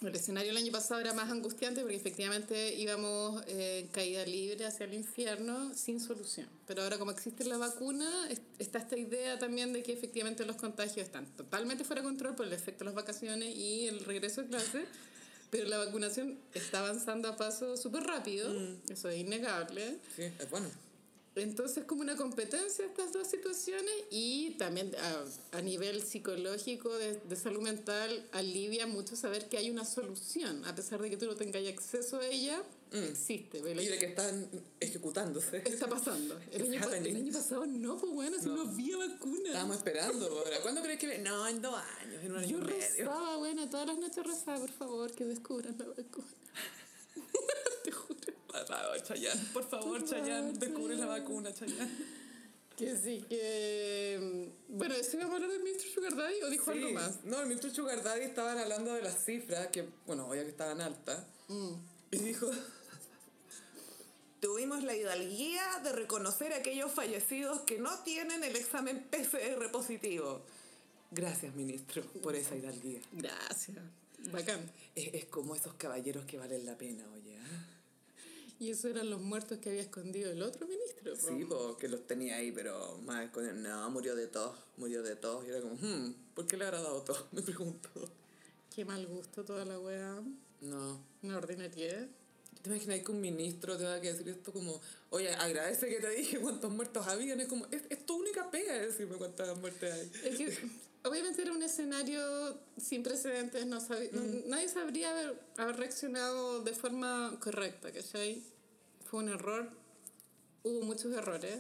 el escenario el año pasado era más angustiante porque efectivamente íbamos eh, en caída libre hacia el infierno sin solución. Pero ahora como existe la vacuna, es- está esta idea también de que efectivamente los contagios están totalmente fuera de control por el efecto de las vacaciones y el regreso a clase. Pero la vacunación está avanzando a paso súper rápido, eso es innegable. Sí, es bueno. Entonces, como una competencia estas dos situaciones y también a, a nivel psicológico, de, de salud mental, alivia mucho saber que hay una solución, a pesar de que tú no tengas acceso a ella, existe. ¿vale? Hmm. Y de Mm. que están ejecutándose. Está pasando. El año, pa- happening. el año pasado no, pues bueno, si no, había vacuna. Estábamos esperando. ahora. ¿Cuándo crees que.? ve- No, en dos años, en un año Yo y medio. rezaba, bueno, todas las noches rezaba, por favor, que descubran la vacuna. Te juro. Por favor, Chayanne. Por favor, Por favor, Chayanne. Descubre la Chayanne. vacuna, Chayanne. Que sí, que... mm, Bueno, ¿eso iba a hablar del ministro Sugar Daddy o dijo algo Sí. más? No, el ministro Sugar Daddy estaban hablando de las cifras, que, bueno, obvio que estaban altas. Y dijo... Tuvimos la hidalguía de reconocer a aquellos fallecidos que no tienen el examen PCR positivo. Gracias, ministro, por esa hidalguía. Gracias. Bacán. Es, es como esos caballeros que valen la pena, oye. ¿eh? Y eso eran los muertos que había escondido el otro ministro. po. Sí, porque los tenía ahí, pero más escondido. No, murió de tos, murió de tos. Y era como, hmm, ¿por qué le habrá dado tos? Me pregunto. Qué mal gusto toda la weá. No, Una ordinariedad. ¿Te imaginas que un ministro te va a decir esto como, oye, agradece que te dije cuántos muertos habían? Es como, es, es tu única pega decirme cuántas muertes hay. Es que obviamente era un escenario sin precedentes. No sabi- no- nadie sabría haber, haber reaccionado de forma correcta, ¿cachai? Fue un error. Hubo muchos errores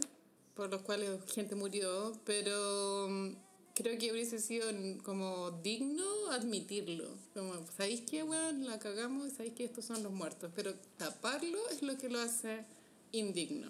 por los cuales gente murió, pero mm, creo que hubiese sido mm, como digno admitirlo. Como, ¿sabéis qué, weón? La cagamos, sabéis que estos son los muertos, pero taparlo es lo que lo hace indigno.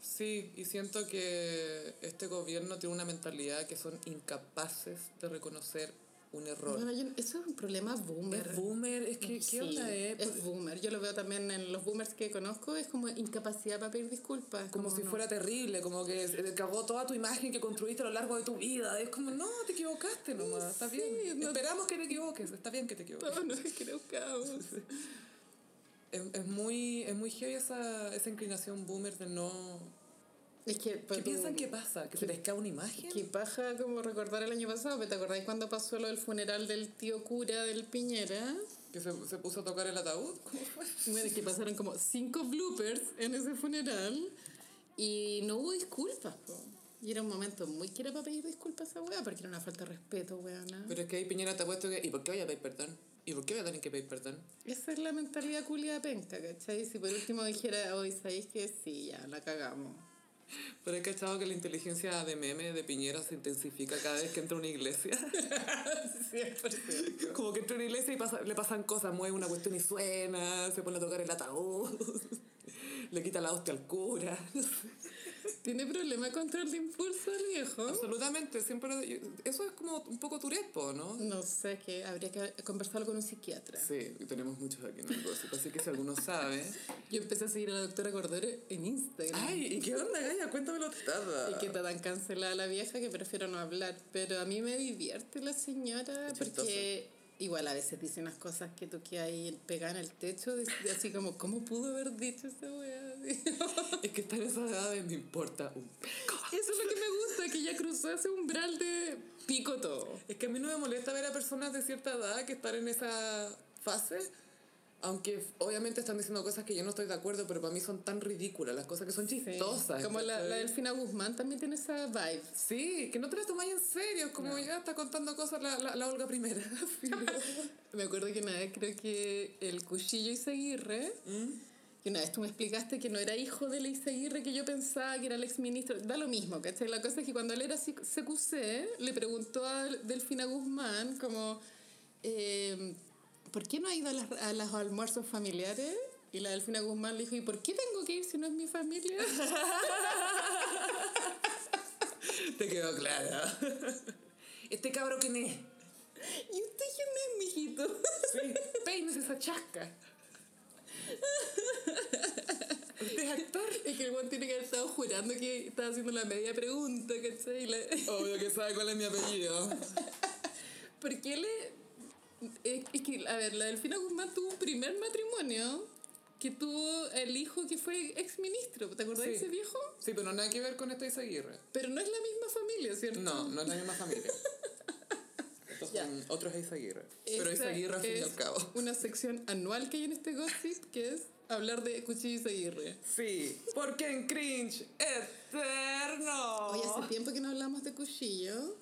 Sí, y siento que este gobierno tiene una mentalidad que son incapaces de reconocer un error. Bueno, yo- eso es un problema boomer. Es boomer, es que, ¿qué Sí, onda Eh, es? es boomer. Yo lo veo también en los boomers que conozco, es como incapacidad para pedir disculpas. Como si no. fuera terrible, como que se- te cagó toda tu imagen que construiste a lo largo de tu vida. Es como, no, te equivocaste nomás, está Sí, bien. no- Esperamos que te equivoques, está bien que te equivoques. Todos nos equivocamos. Es, es muy, es muy heavy esa, esa inclinación boomer de no... Es que, ¿Qué pues, piensan tú- que pasa? ¿Que se les cae una imagen? Que paja como recordar el año pasado, pero ¿te acordáis cuando pasó lo del funeral del tío cura del Piñera? ¿Que se, se puso a tocar el ataúd? Bueno, que pasaron como cinco bloopers en ese funeral y no hubo disculpas, po. Y era un momento muy que era para pedir disculpas a esa weá, porque era una falta de respeto, weá, Pero es que ahí Piñera te ha puesto que... ¿Y por qué voy a pedir perdón? ¿Y por qué voy a tener que pedir perdón? Esa es la mentalidad culia penca, ¿cachai? Si por último dijera, hoy sabéis que sí, ya la cagamos. Pero he cachado que la inteligencia de meme de Piñera se intensifica cada vez que entra a una iglesia. Como que entra a una iglesia y pasa- le pasan cosas, mueve una cuestión y suena, se pone a tocar el ataúd, le quita la hostia al cura. Tiene problema de control de impulso el viejo. Absolutamente, siempre... lo- Eso es como un poco turespo, ¿no? No sé, que habría que conversarlo con un psiquiatra. Sí, y tenemos muchos aquí en el gossip, así que si alguno sabe. Yo empecé a seguir a la doctora Cordero en Instagram. Ay, ¿y qué onda, Gaya? Cuéntamelo. Y que está tan cancelada la vieja que prefiero no hablar. Pero a mí me divierte la señora Es porque igual a veces dice unas cosas que tú que ahí pegada en el techo, de- de así como, ¿cómo pudo haber dicho esa weá? Es que estar en esa edad de me importa un pico. Eso es lo que me gusta, que ya cruzó ese umbral de pico todo. Es que a mí no me molesta ver a personas de cierta edad que están en esa fase, aunque obviamente están diciendo cosas que yo no estoy de acuerdo, pero para mí son tan ridículas, las cosas que son chistosas. Como la, ¿cachai? la Delfina Guzmán también tiene esa vibe. Sí, que no te las tomáis en serio, es como ya está contando cosas la, la, la Olga primera. Me acuerdo que una vez creo que el cuchillo Izaguirre, ¿Mm? y una vez tú me explicaste que no era hijo del Izaguirre que yo pensaba que era el exministro, da lo mismo, ¿cachai? La cosa es que cuando él era C- CQC, le preguntó a Delfina Guzmán como, eh, ¿por qué no ha ido a, las, a los almuerzos familiares? Y la Delfina Guzmán le dijo, ¿y por qué tengo que ir si no es mi familia? te quedó clara. Este cabro quién es. ¿Y usted quién es, mijito? Sí, peines esa chasca. ¿Es actor? Es que el weón tiene que haber estado jurando que estaba haciendo la media pregunta, ¿cachai? Y la- Obvio que sabe cuál es mi apellido. ¿Por qué le...? eh, Es, es que, a ver, la Delfina Guzmán tuvo un primer matrimonio que tuvo el hijo que fue exministro. ¿Te acordás de Sí. ese viejo? Sí, pero nada que ver con esta Isaguirre. Pero no es la misma familia, ¿cierto? No, no es la misma familia. Estos Ya. son otros Isaguirre. Pero Esta Isaguirre al fin y es al cabo. una sección anual que hay en este gossip que es hablar de Cuchillo y Seguirre. Sí, porque en cringe eterno. Hoy hace tiempo que no hablamos de Cuchillo.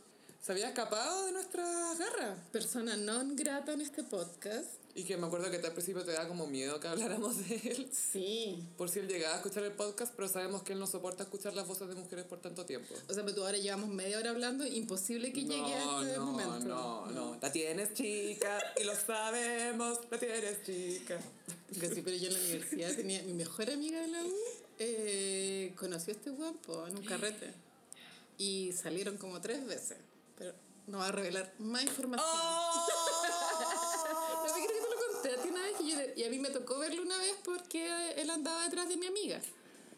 Se había escapado de nuestras garras. Persona non grata en este podcast. Y que me acuerdo que al principio te da como miedo que habláramos de él. Sí, Por si él llegaba a escuchar el podcast, pero sabemos que él no soporta escuchar las voces de mujeres por tanto tiempo. O sea, pero tú ahora llevamos media hora hablando, imposible que llegue a este no, momento. no, no. La tienes chica y lo sabemos, la tienes chica. Que sí, pero yo en la universidad tenía mi mejor amiga de la U, eh, conoció a este guapo en un carrete y salieron como tres veces, pero no va a revelar más información. Oh. ¡Oh! No, sí creo que te lo conté a ti una vez y, yo le- y a mí me tocó verlo una vez porque él andaba detrás de mi amiga.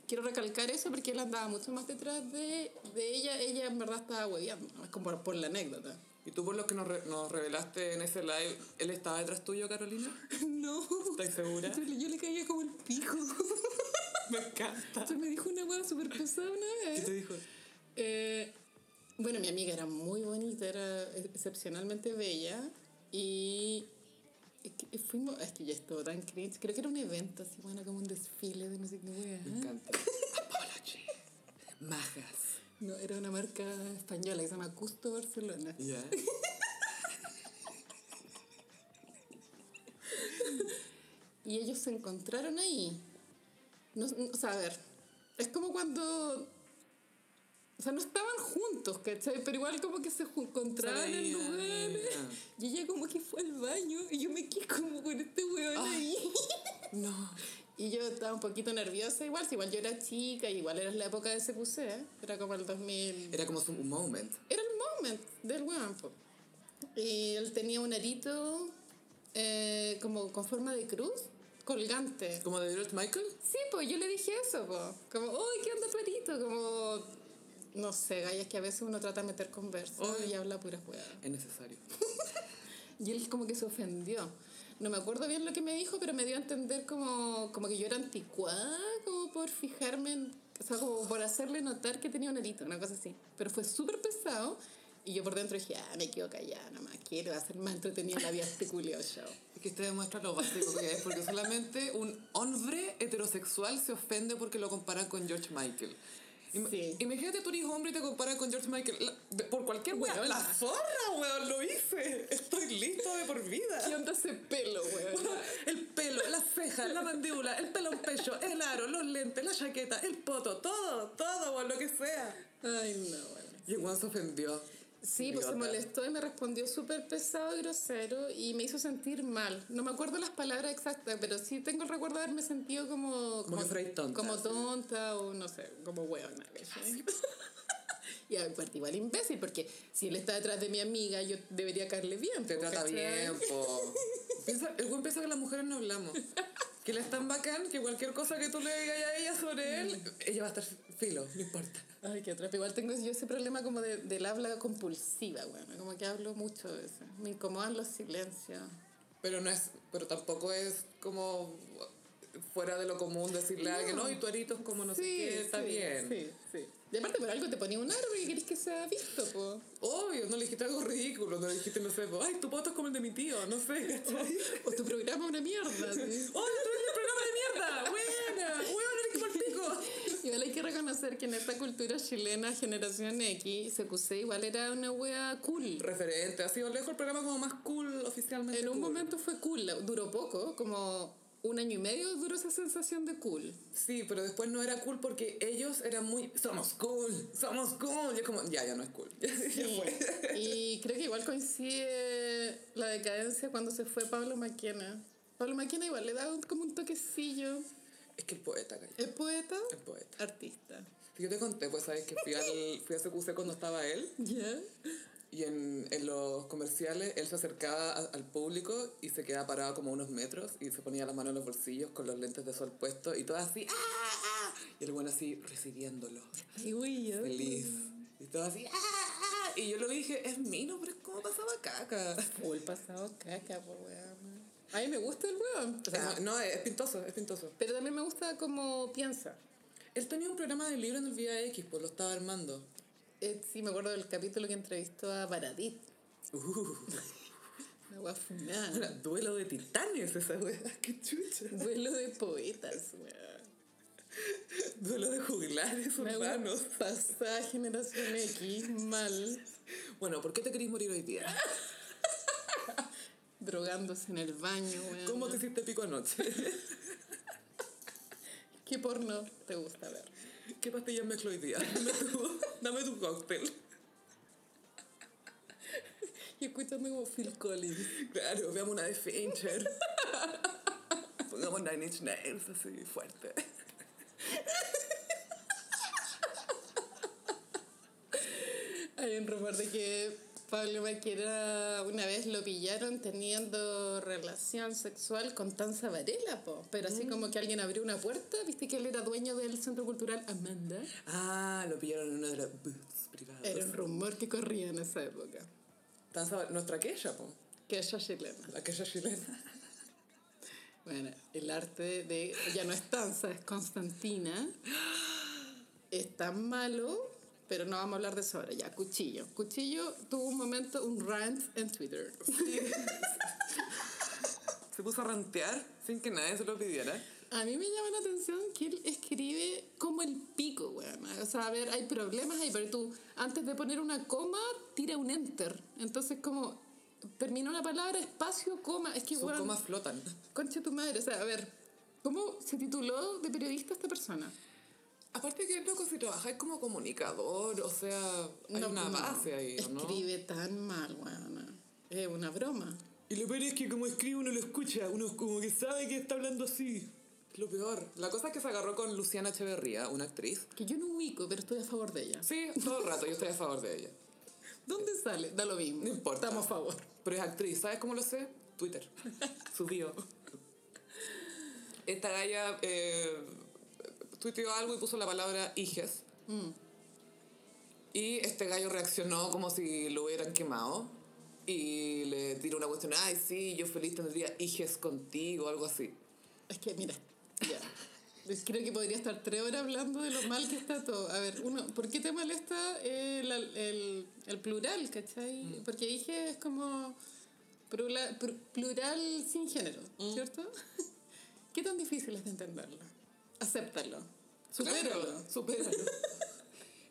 Quiero recalcar eso porque él andaba mucho más detrás de, de ella. Ella en verdad estaba hueveando, es como por, por la anécdota. Y tú por lo que nos, re- nos revelaste en ese live, ¿él estaba detrás tuyo, Carolina? No. ¿Estás segura? Entonces, Yo le caía como el pico. Me encanta. Entonces me dijo una hueá súper pesada una ¿Qué vez. te dijo? Eh, bueno, mi amiga era muy bonita, era excepcionalmente bella. Y es que fuimos, es que ya estuvo tan cringe. Creo que era un evento así, bueno, como un desfile de no sé qué hueá. Me encanta. Apology. Majas. No, era una marca española que se llama Custo Barcelona. ¿Ya? Y ellos se encontraron ahí. No, no, o sea, a ver, es como cuando... O sea, no estaban juntos, ¿cachai? Pero igual como que se ju- encontraban Sabía, en lugares. Y ella como que fue al baño y yo me quedé como con este weón ahí. No. Y yo estaba un poquito nerviosa igual, si igual yo era chica, igual era la época de CQC, ¿eh? era como el 2000... Era como su moment. Era el moment del weón. po. Y él tenía un arito eh, como con forma de cruz, colgante. ¿Como de George Michael? Sí, pues yo le dije eso, po. Como, uy, ¿qué onda tu arito? Como, no sé, gallas que a veces uno trata de meter conversa Obvio. y habla pura juega. Es necesario. Y él como que se ofendió. No me acuerdo bien lo que me dijo, pero me dio a entender como, como que yo era anticuada, como por fijarme en... O sea, como por hacerle notar que tenía un arito, una cosa así. Pero fue súper pesado. Y yo por dentro dije, ah, me equivoco ya, nomás quiero hacer más entretenida la vida a este culiao, chao. Es que este demuestra lo básico que es, porque solamente un hombre heterosexual se ofende porque lo comparan con George Michael. Im- Sí. Imagínate tú eres hombre y te comparan con George Michael. La- de- por cualquier weón. Weona. La zorra, weón, lo hice. Estoy listo de por ¿Qué vida. onda ese pelo, weón? El pelo, las cejas, la mandíbula, el pelo en pecho, el aro, los lentes, la chaqueta, el poto, todo, todo, weón, lo que sea. Ay, no, weón. Y el weón se ofendió. Sí, pues se Idiota. molestó y me respondió súper pesado y grosero y me hizo sentir mal. No me acuerdo las palabras exactas, pero sí tengo el recuerdo de haberme sentido como... Como que fuerais tonta, Como sí. tonta o no sé, como hueona. ¿cachai? y aparte igual imbécil, porque si él está detrás de mi amiga, yo debería caerle bien. Te pues, trata ¿cachai? bien, po. Piensa, el buen piensa que las mujeres no hablamos. Que él es tan bacán que cualquier cosa que tú le digas a ella sobre él, ella va a estar filo, no importa. Ay, qué atrapa. Igual tengo yo ese problema como de, del habla compulsiva, bueno, como que hablo mucho de eso. Me incomodan los silencios. Pero no es, pero tampoco es como fuera de lo común decirle a alguien, no, y tu arito es como no sé qué, está sí, bien. Sí, sí. Y aparte por algo te ponía un árbol que querés que sea visto, po. Obvio, no le dijiste algo ridículo, no le dijiste, no sé, ay, tu poto es como el de mi tío, no sé, ¿cachai? O tu programa es una mierda. sí. ¡Oye, tú eres el programa de mierda! ¡Buena! ¡Huevón, eres como el pico! Igual hay que reconocer que en esta cultura chilena, generación X, CQC igual era una wea cool. Referente, ha sido lejos el programa como más cool oficialmente. En un cool. momento fue cool, la- duró poco, como un año y medio duró esa sensación de cool. Sí, pero después no era cool porque ellos eran muy, somos cool, somos cool. Y es como, ya, ya no es cool. Ya, ya fue. Y creo que igual coincide la decadencia cuando se fue Pablo Maquena. Pablo Maquena igual le da un- como un toquecillo. Es que el poeta, calla, ¿Es poeta? el poeta. Artista. Yo te conté, pues, sabes que fui, al, fui a CQC cuando estaba él. ¿Ya? Y en, en los comerciales él se acercaba a- al público y se quedaba parado como unos metros y se ponía las manos en los bolsillos con los lentes de sol puestos y todo así. ¡Ah! ah", Y el bueno así recibiéndolo, Ay, güey, ya. feliz. Y todo así. ¡Ah! ah", Y yo lo dije, es mino, pero es como pasaba caca. O el pasado caca, po, weón. A mí me gusta el weón. O sea, no, es pintoso, es pintoso. Pero también me gusta cómo piensa. Él tenía un programa de libro en el Vía X, pues lo estaba armando. Eh, sí, me acuerdo del capítulo que entrevistó a Baradit. Uh, Una wea funada. duelo de titanes esa weá, qué chucha. Duelo de poetas, weón. Duelo de juglares Una wea urbanos. pasada generación X, mal. Bueno, ¿por qué te querís morir hoy día? Drogándose en el baño, weón. ¿Cómo te hiciste pico anoche? ¿Qué porno te gusta ver? ¿Qué pastillas mezclo hoy día? Dame tu, dame tu cóctel. Y escuchando como Phil Collins. Claro, veamos una de Fincher. Pongamos Nine Inch Nails así fuerte. Hay un rumor de que Pablo Maquera una vez lo pillaron teniendo relación sexual con Tanza Varela, po. Pero así como que alguien abrió una puerta, viste que él era dueño del Centro Cultural Amanda. Ah, lo pillaron en una de las booths privadas. Era un rumor que corría en esa época. Tan sab- Nuestra aquella, po. Que ella es chilena. La aquella chilena. Bueno, el arte de. Ya no es Tanza, es Constantina. Es tan malo, pero no vamos a hablar de eso ahora. Ya, Cuchillo. Cuchillo tuvo un momento, un rant en Twitter. Se puso a rantear sin que nadie se lo pidiera. A mí me llama la atención que él escribe como el pico, weón. O sea, a ver, hay problemas ahí, pero tú, antes de poner una coma, tira un enter. Entonces, como, termina una palabra, espacio, coma. Es que, Sus weón, comas flotan. concha tu madre. O sea, a ver, ¿cómo se tituló de periodista esta persona? Aparte que, loco, si trabajáis como comunicador, o sea, hay una base ahí, ¿o ¿no? Escribe tan mal, weón. Es una broma. Y lo peor es que como escribe uno lo escucha, uno como que sabe que está hablando así. Lo peor. La cosa es que se agarró con Luciana Echeverría, una actriz. Que yo no ubico, pero estoy a favor de ella. Sí, todo el rato, yo estoy a favor de ella. ¿Dónde sale? Da lo mismo. No importa. Estamos a favor. Pero es actriz, ¿sabes cómo lo sé? Twitter. Su bio. Esta galla eh, tuiteó algo y puso la palabra hijes. Y este gallo reaccionó como si lo hubieran quemado. Y le tiró una cuestión, ay sí, yo feliz tendría hijes contigo, algo así. Es que, mira, ya. Pues Creo que podría estar tres horas hablando de lo mal que está todo. A ver, uno, ¿por qué te molesta el, el- el plural, cachai? Porque dije es como plura- pr- plural sin género, ¿cierto? ¿Qué tan difícil es de entenderlo? Acéptalo. Supéralo. Claro, supéralo.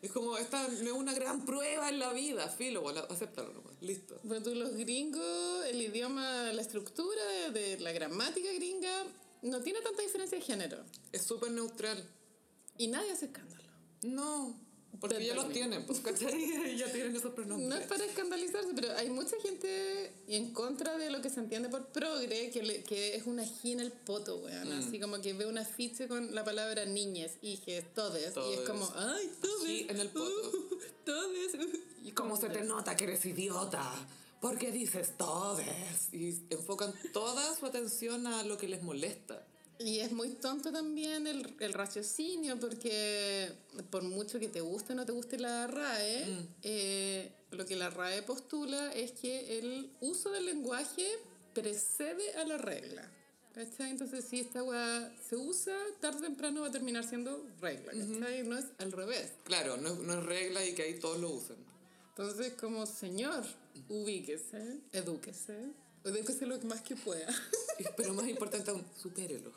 es como, esta no es una gran prueba en la vida, filo, bueno, acéptalo nomás, listo. Bueno, tú, los gringos, el idioma, la estructura de, de la gramática gringa no tiene tanta diferencia de género. Es súper neutral. Y nadie hace escándalo. No, porque Del ya los término. tienen, pues, ¿cachai? ya tienen esos No es pronombres. para escandalizarse, pero hay mucha gente en contra de lo que se entiende por progre, que, le- que es una G en el poto, weón. Mm. Así como que ve un afiche con la palabra niñas, hijes, todes, y Todes. es como, ay, todes, Ají en el poto. uh, todes. uh". Y cómo se te nota que eres idiota, porque dices todes. Y enfocan toda su atención a lo que les molesta. Y es muy tonto también el, el raciocinio, porque por mucho que te guste o no te guste la RAE, eh, lo que la RAE postula es que el uso del lenguaje precede a la regla. ¿Cachai? Entonces, si esta weá se usa, tarde o temprano va a terminar siendo regla, ¿cachai? No es al revés. Claro, no, es- no es regla y que ahí todos lo usan. Entonces, como señor, ubíquese, edúquese, edúquese lo más que pueda. Y- Pero más importante aún, supérelo.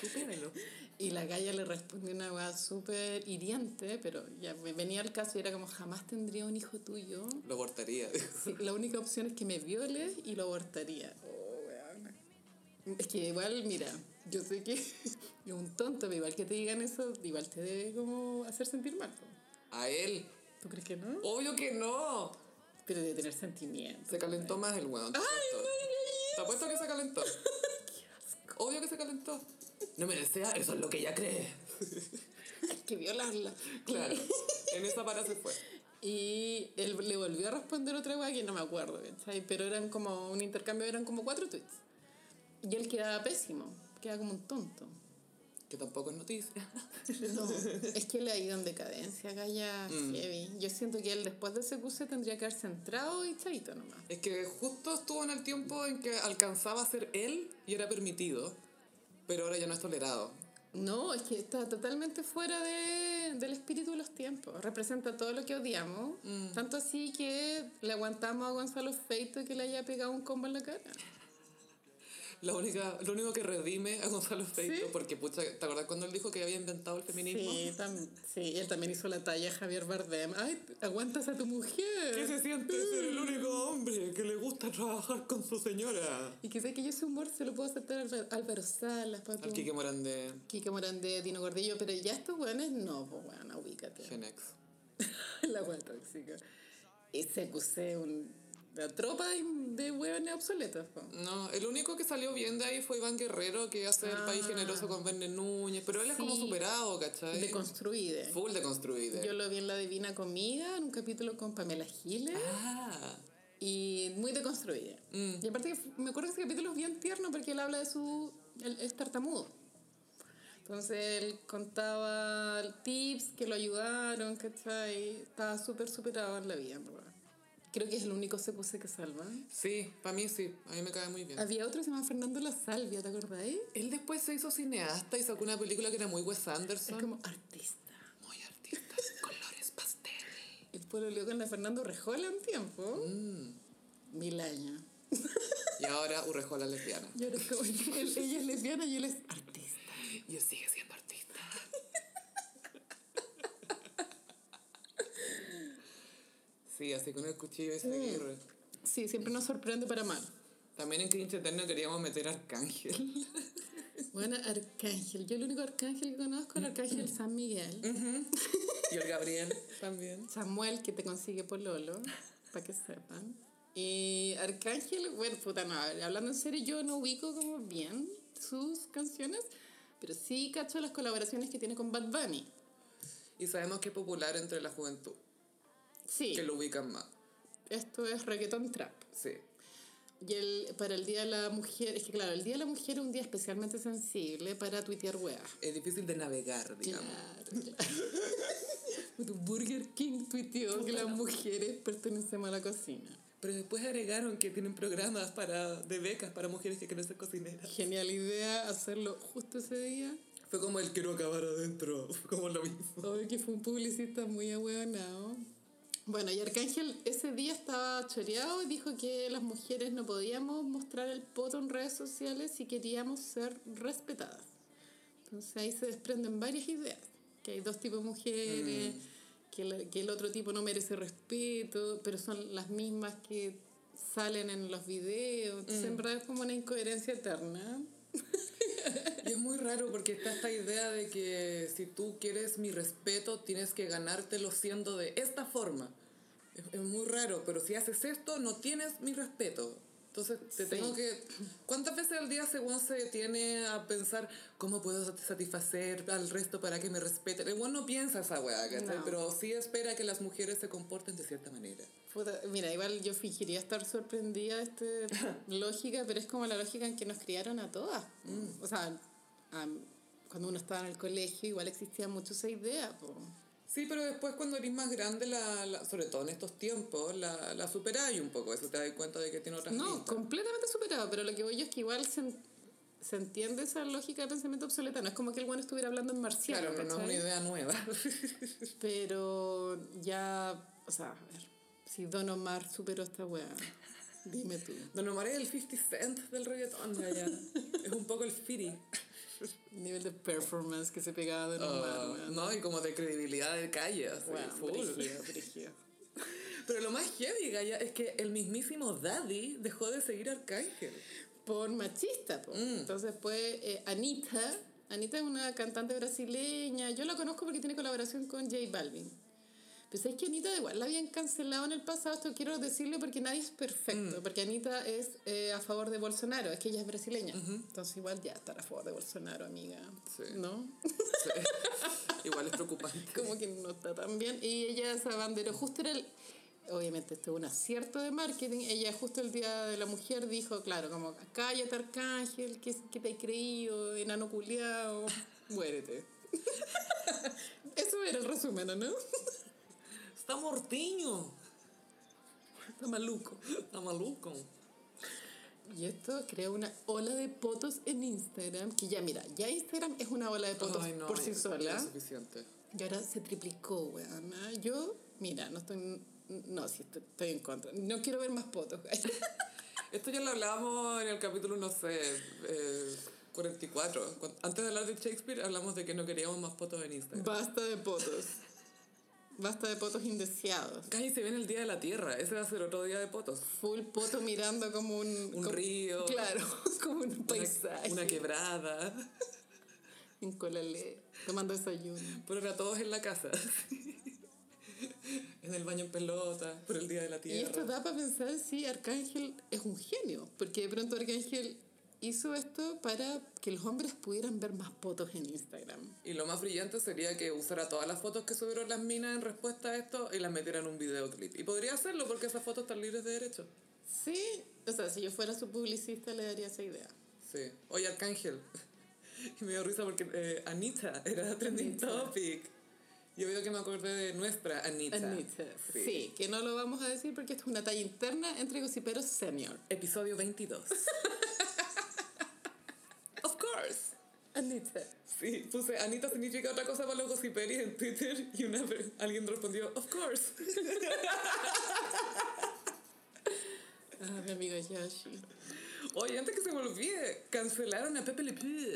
Supérelo. Y la galla le respondió una weá súper hiriente, pero ya me venía el caso y era como, jamás tendría un hijo tuyo. Lo abortaría. Sí, la única opción es que me viole y lo abortaría. Oh, weona. Es que igual, mira, yo sé que es un tonto, pero igual que te digan eso, igual te debe como hacer sentir mal. po. A él. ¿Tú crees que no? Obvio que no. Pero debe tener sentimientos. Se calentó más el weón. te apuesto. Te apuesto que se calentó. Obvio que se calentó. No me desea, eso es lo que ella cree. Hay que violarla. Claro. En esa para se fue. Y él le volvió a responder otra weá que no me acuerdo, ¿cachai? Pero eran como un intercambio, eran como cuatro tweets. Y él quedaba pésimo, quedaba como un tonto. Que tampoco es noticia. No, Mm. es que le ha ido en decadencia, Gaya Heavy. Yo siento que él después de ese curso tendría que haber centrado y chaito nomás. Es que justo estuvo en el tiempo en que alcanzaba a ser él y era permitido. Pero ahora ya no es tolerado. No, es que está totalmente fuera de- del espíritu de los tiempos. Representa todo lo que odiamos. Tanto así que le aguantamos a Gonzalo Feito que le haya pegado un combo en la cara. La única, lo único que redime a Gonzalo Feito, Sí. porque pucha, ¿te acuerdas cuando él dijo que había inventado el feminismo? Sí, tam- sí, él también hizo la talla a Javier Bardem. Ay, aguantas a ¿Qué tu mujer. se siente ser el único hombre que le gusta trabajar con su señora? Y que sé que yo ese humor se lo puedo aceptar a Alba- Álvaro Salas, Pato. Al Kike Morandé, Kike Morandé, Dino Gordillo, pero ya estos weones no, pues weona, ubícate. Gen X. la wea tóxica. Y se acusé un, una tropa de, de weones obsoletos, po. No, el único que salió bien de ahí fue Iván Guerrero, que hace el país Ah. generoso con Verne Núñez, pero él es como Sí. superado, ¿cachai? Deconstruide. Full deconstruido. Yo lo vi en La Divina Comida, en un capítulo con Pamela Giles, Ah, y muy deconstruida. Y aparte, que f- me acuerdo que ese capítulo es bien tierno porque él habla de su. Él es tartamudo. Entonces él contaba tips que lo ayudaron, ¿cachai? Estaba súper superado en la vida, en verdad. Creo que es el único CQC que salva. sí, para mí sí, a mí me cae muy bien. Había otro que se llamaba Fernando La Salvia, ¿te acordáis? Él después se hizo cineasta y sacó una película que era muy Wes Es Anderson. como artista. Muy artista, colores pastel. El pueblo lió con la Fernando Rejola un tiempo. Mil años. Y ahora Urrejola lesbiana. Y ahora es como, él- ella es lesbiana y él es artista. Y él sigue siendo artista. Sí, así con el cuchillo y se Mm. aguirre. Sí, siempre nos sorprende para mal. También en Cringe Eterno queríamos meter a Arcángel. Bueno, Arcángel. Yo el único Arcángel que conozco es el Arcángel San Miguel. Y el Gabriel también. Samuel, que te consigue pololo, para que sepan. Y Arcángel, bueno, puta, no, hablando en serio, yo no ubico como bien sus canciones, pero sí cacho las colaboraciones que tiene con Bad Bunny. Y sabemos que es popular entre la juventud, Sí, que lo ubican más. esto es reggaeton trap. Sí. Y el, para el Día de la Mujer, es que claro, el Día de la Mujer es un día especialmente sensible para tuitear weas. Es difícil de navegar, digamos. Claro. Burger King tuiteó que las mujeres pertenecemos a la cocina. Pero después agregaron que tienen programas para, de becas para mujeres que quieren ser cocineras. Genial idea hacerlo justo ese día. Fue como el quiero acabar adentro, fue como lo mismo. Obvio que fue un publicista muy ahueonado. Bueno, y Arcángel ese día estaba choreado y dijo que las mujeres no podíamos mostrar el poto en redes sociales si queríamos ser respetadas. Entonces ahí se desprenden varias ideas, que hay dos tipos de mujeres, que, la- que el otro tipo no merece respeto, pero son las mismas que salen en los videos. Entonces en verdad es como una incoherencia eterna. Y es muy raro porque está esta idea de que si tú quieres mi respeto, tienes que ganártelo siendo de esta forma. Es, es muy raro, pero si haces esto, no tienes mi respeto. Entonces, te Sí. tengo que... ¿Cuántas veces al día según se detiene a pensar cómo puedo sat- satisfacer al resto para que me respeten? El weón no piensa esa weá, ¿cachai? No. Pero sí espera que las mujeres se comporten de cierta manera. Puta, mira, igual yo fingiría estar sorprendida de esta lógica, pero es como la lógica en que nos criaron a todas. O sea, a- cuando uno estaba en el colegio igual existía mucho esa idea. po. Sí, pero después cuando eres más grande, la, la- sobre todo en estos tiempos, la, la superáis un poco. Eso te das cuenta de que tiene otras No, pintas. completamente superado, pero lo que voy yo es que igual se, se entiende esa lógica de pensamiento obsoleta. No es como que el bueno estuviera hablando en marciano. Claro, pero no es ¿cachai? una idea nueva. Pero ya, o sea, a ver, si Don Omar superó esta weá, dime tú. Don Omar es el 50 Cent del reggaetón, Gaya. es un poco el Firi. El nivel de performance que se pegaba Don Omar, Ah, weón. no, y como de credibilidad de calle. así, Weón, full. brígido, brígido. Pero lo más heavy, Gaya, es que el mismísimo Daddy dejó de seguir a Arcángel. Por machista, po. Mm. Entonces fue eh, Anita. Anita es una cantante brasileña. Yo la conozco porque tiene colaboración con J Balvin. Pues es que Anita da igual la habían cancelado en el pasado. Esto quiero decirlo porque nadie es Mm. perfecto. Porque Anita es eh, a favor de Bolsonaro. Es que ella es brasileña. Entonces igual ya estar a favor de Bolsonaro, amiga. Sí. ¿No? Sí. Igual es preocupante. como que no está tan bien. Y ella se abanderó justo en el... Obviamente, esto es un acierto de marketing. Ella justo el Día de la Mujer dijo, claro, como, cállate Arcángel, ¿qué, qué te he creído? Enano culiao, muérete. Eso era el resumen, ¿o ¿no? Está mortiño. Está maluco. Está maluco. Y esto crea una ola de potos en Instagram, que ya mira, ya Instagram es una ola de potos Ay, no, por ya- sí ya sola. es suficiente. Y ahora se triplicó, weón. ¿ah? Yo, mira, no estoy... No, sí, estoy, estoy en contra. No quiero ver más potos. Esto ya lo hablábamos en el capítulo, no sé, eh, 44. Cu- Antes de hablar de Shakespeare, hablamos de que no queríamos más fotos en Instagram. Basta de potos. Basta de potos indeseados. Casi se viene el Día de la Tierra. Ese va a ser otro día de potos. Full poto mirando como un... Un como- río. Claro, como un Una, paisaje. una quebrada. En Colalé, tomando desayuno. Pero ahora todos en la casa. en el baño en pelota, por el Día de la Y esto Tierra. da para pensar si Arcángel es un genio. Porque de pronto Arcángel hizo esto para que los hombres pudieran ver más potos en Instagram. Y lo más brillante sería que usara todas las fotos que subieron las minas en respuesta a esto y las metiera en un videoclip. Y podría hacerlo porque esas fotos están libres de derecho. Sí, o sea, si yo fuera su publicista le daría esa idea. Sí. Oye, Arcángel. Y me dio risa porque eh, Anita era trending topic. Yo veo que me acordé de nuestra Anita. Anita. Sí. que no lo vamos a decir porque esto es una talla interna entre gossiperos senior. Episodio 22. of course. Anita. Sí, puse Anita significa otra cosa para los gossiperis en Twitter y una, per- alguien respondió, of course. Ah, mi amigo Yoshi. Oye, antes que se me olvide, cancelaron a Pepe Le Pew.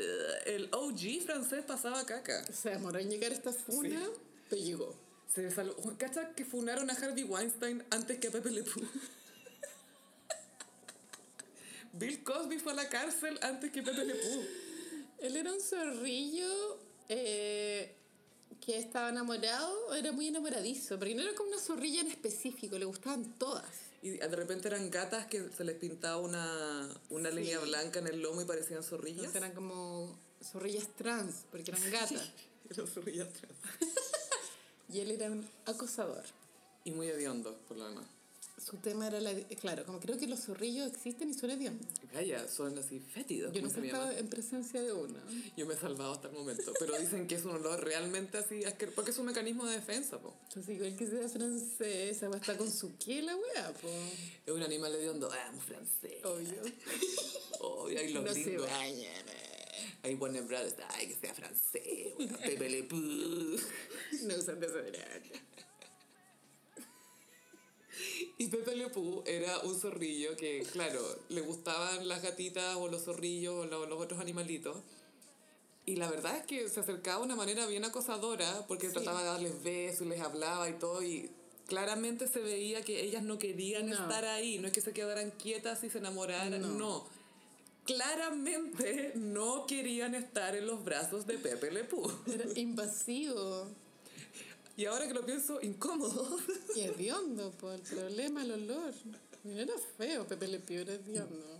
El OG francés pasaba caca. Se demoró en llegar esta funa, pero llegó. Se saló. ¿Cacha que funaron a Harvey Weinstein antes que a Pepe Le Pew? Bill Cosby fue a la cárcel antes que Pepe Le Pew. Él era un zorrillo eh, que estaba enamorado, era muy enamoradizo, pero no era como una zorrilla en específico, le gustaban todas. Y de repente eran gatas que se les pintaba una, una línea blanca en el lomo y parecían zorrillas. Entonces eran como zorrillas trans, porque eran gatas. Eran zorrillas trans. Y él era un acosador. Y muy hediondos, por lo demás. Su tema era, la, claro, como creo que los zorrillos existen y son hediondos. Calla, son así fétidos. Yo como no se estaba llama. en presencia de uno. Yo me he salvado hasta el momento. Pero dicen que es un olor realmente así asqueroso. Porque es un mecanismo de defensa, po. Entonces, igual que sea francesa, va a estar con su qué la wea, po. Es un animal hediondo. Ah, un francés. Obvio. Oh, y ahí los No se gringos. bañan. eh. Ahí Warner Brothers, ay, que sea francés, weón, Pepe Le Pew. No usan desodorante. Y Pepe Le Pew era un zorrillo que, claro, le gustaban las gatitas o los zorrillos o lo- los otros animalitos. Y la verdad es que se acercaba de una manera bien acosadora porque Sí. trataba de darles besos y les hablaba y todo. Y claramente se veía que ellas no querían No. estar ahí. No es que se quedaran quietas y se enamoraran, No. no. Claramente no querían estar en los brazos de Pepe Le Pew. Era invasivo Y ahora que lo pienso, incómodo. y hediondo, po. El problema, el olor. No era feo, Pepe Le Pew era hediondo.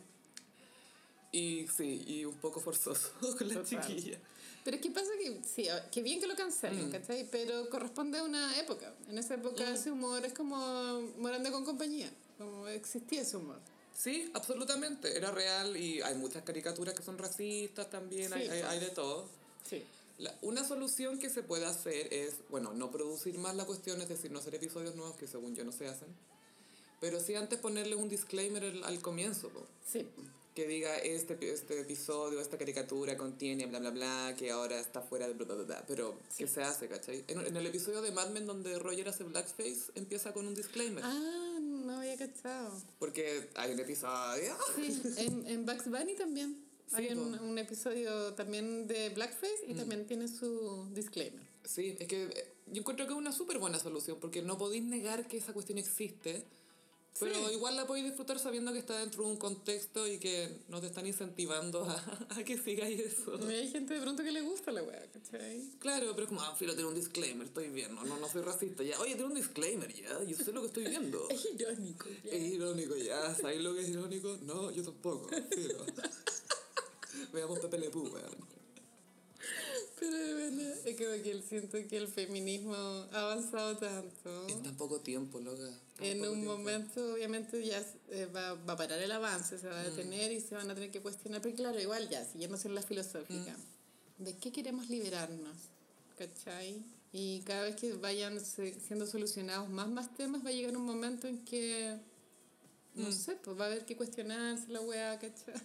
Y sí, y un poco forzoso con la Total. chiquilla. Pero es que pasa que, sí, a ver, que bien que lo cancelen, Mm. ¿cachai? Pero corresponde a una época. En esa época ese humor es como morando con compañía. Como existía ese humor. Sí, absolutamente, era real y hay muchas caricaturas que son racistas también, Sí, hay, hay- claro. hay de todo. Sí. La- una solución que se puede hacer es, bueno, no producir más la cuestión, es decir, no hacer episodios nuevos que según yo no se hacen, pero sí antes ponerle un disclaimer al, al comienzo, po. Sí. que que diga este, epi- este episodio, esta caricatura contiene bla bla bla, que ahora está fuera de bla bla bla, bla, pero que se hace, ¿cachai? En, en el episodio de Mad Men donde Roger hace blackface empieza con un disclaimer, Ah, no había cachado. porque hay un episodio Sí, en, en Bugs Bunny también. Sí, Hay un, po. Mm. un episodio también de Blackface y también tiene su disclaimer. Sí, es que eh, yo encuentro que es una súper buena solución, porque no podéis negar que esa cuestión existe, pero Sí. igual la podéis disfrutar sabiendo que está dentro de un contexto y que no te están incentivando a, a que sigáis eso. Hay gente de pronto que le gusta la weá, ¿cachai? Claro, pero es como, ah, filo, tiene un disclaimer, estoy bien, no, no, no soy racista, ya. Oye, tiene un disclaimer, ya, yo sé lo que estoy viendo. Es irónico. ya. Es irónico, ya, ¿sabéis lo que es irónico? No, yo tampoco, filo. Veamos Pepe Le Pew, weón. Pero de verdad, es como que el- siento que el feminismo ha avanzado tanto. En tan poco tiempo, loca. tan En poco un tiempo. momento, obviamente, ya eh, va, va a parar el avance, se Mm. va a detener y se van a tener que cuestionar. Pero claro, igual ya, siguiéndose en la filosófica. Mm. ¿De qué queremos liberarnos? ¿Cachai? Y cada vez que vayan se- siendo solucionados más, más temas, va a llegar un momento en que, Mm. no sé, pues va a haber que cuestionarse la weá, ¿cachai?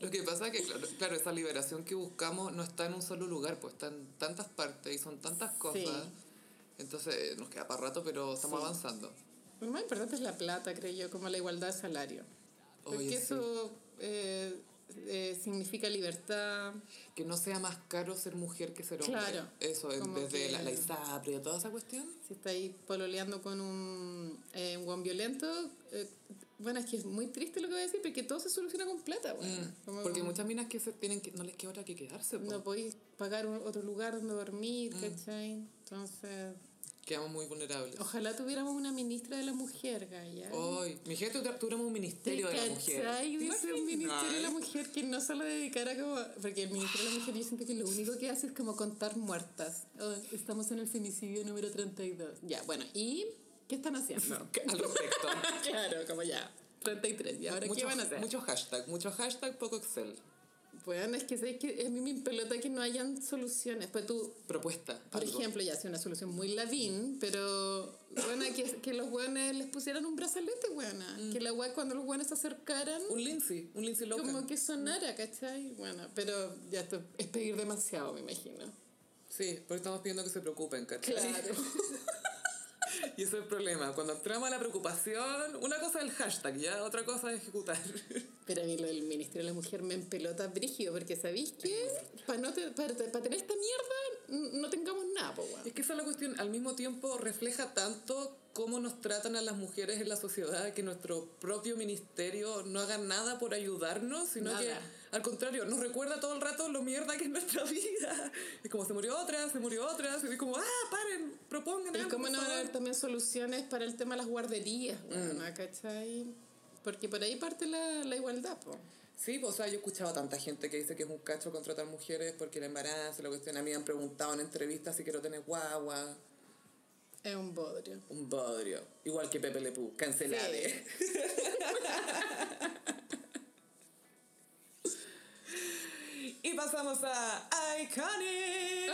Lo que pasa es que, claro, claro, esa liberación que buscamos no está en un solo lugar, pues está en tantas partes y son tantas cosas. Entonces eh, nos queda para rato, pero estamos Sí. avanzando. Lo más importante es la plata, creo yo, como la igualdad de salario. Porque Oye, sí. eso eh, eh, significa libertad. Que no sea más caro ser mujer que ser hombre. Claro. Eso, en- Como desde que- la, la ISAPRE, toda esa cuestión. Si estáis pololeando con un, eh, un guan violento, eh, bueno, es que es muy triste lo que voy a decir, porque todo se soluciona con plata, weón. Como- Mm, Porque muchas minas que se tienen que, no les queda otra que quedarse. pues. po. Mm. No podéis pagar un- otro lugar donde dormir, ¿cachai? Entonces, Quedamos muy vulnerables. ojalá tuviéramos una ministra de la mujer, Gaya. Hoy, mi gente, tu- tuviéramos un ministerio de la mujer. ¿Cachai? ¿Te Dice un imaginas? ministerio de la mujer que no se lo dedicara como... Porque el ministerio de la mujer yo siento que lo único que hace es como contar muertas. Oh, estamos en el femicidio número 32. Ya, bueno, ¿y qué están haciendo? Al respecto. claro, como ya. 33. ¿Y ahora qué Mucho- van a hacer? Mucho hashtag, mucho hashtag, poco Excel. Bueno, es que, ¿sabes que a mí me pelota que no hayan soluciones. Pues tú, Propuesta. por algo. ejemplo, ya hace una solución muy lavín, pero bueno, que, que los hueones les pusieran un brazalete, hueona. Mm. Que la hueá, cuando los hueones se acercaran, Un Lindsay, un Lindsay Lohan. como que sonara, ¿cachai? Bueno, pero ya esto es pedir demasiado, me imagino. Sí, porque estamos pidiendo que se preocupen, ¿cachai? Claro. Y ese es el problema. Cuando entramos a la preocupación, una cosa es el hashtag, ya otra cosa es ejecutar. Pero a mí lo del Ministerio de la Mujer me empelota brígido, porque ¿sabéis qué? Para no te- pa- pa tener esta mierda, n- no tengamos nada, po, hueón. Es que esa es la cuestión. Al mismo tiempo refleja tanto cómo nos tratan a las mujeres en la sociedad que nuestro propio ministerio no haga nada por ayudarnos, sino Nada. que al contrario, nos recuerda todo el rato lo mierda que es nuestra vida. Es como se murió otra, se murió otra, y es como, ah, paren, propongan. ¿Y algo, cómo por no Mm. van a favor". haber también soluciones para el tema de las guarderías, weona, ¿cachai? Porque por ahí parte la, la igualdad, po. Sí, pues, o sea, yo he escuchado a tanta gente que dice que es un cacho contratar mujeres porque el embarazo, la cuestión. A mí me han preguntado en entrevistas si quiero tener guagua. Es un bodrio. Un bodrio. Igual que Pepe Le Pew, cancelade. Y pasamos a Iconic.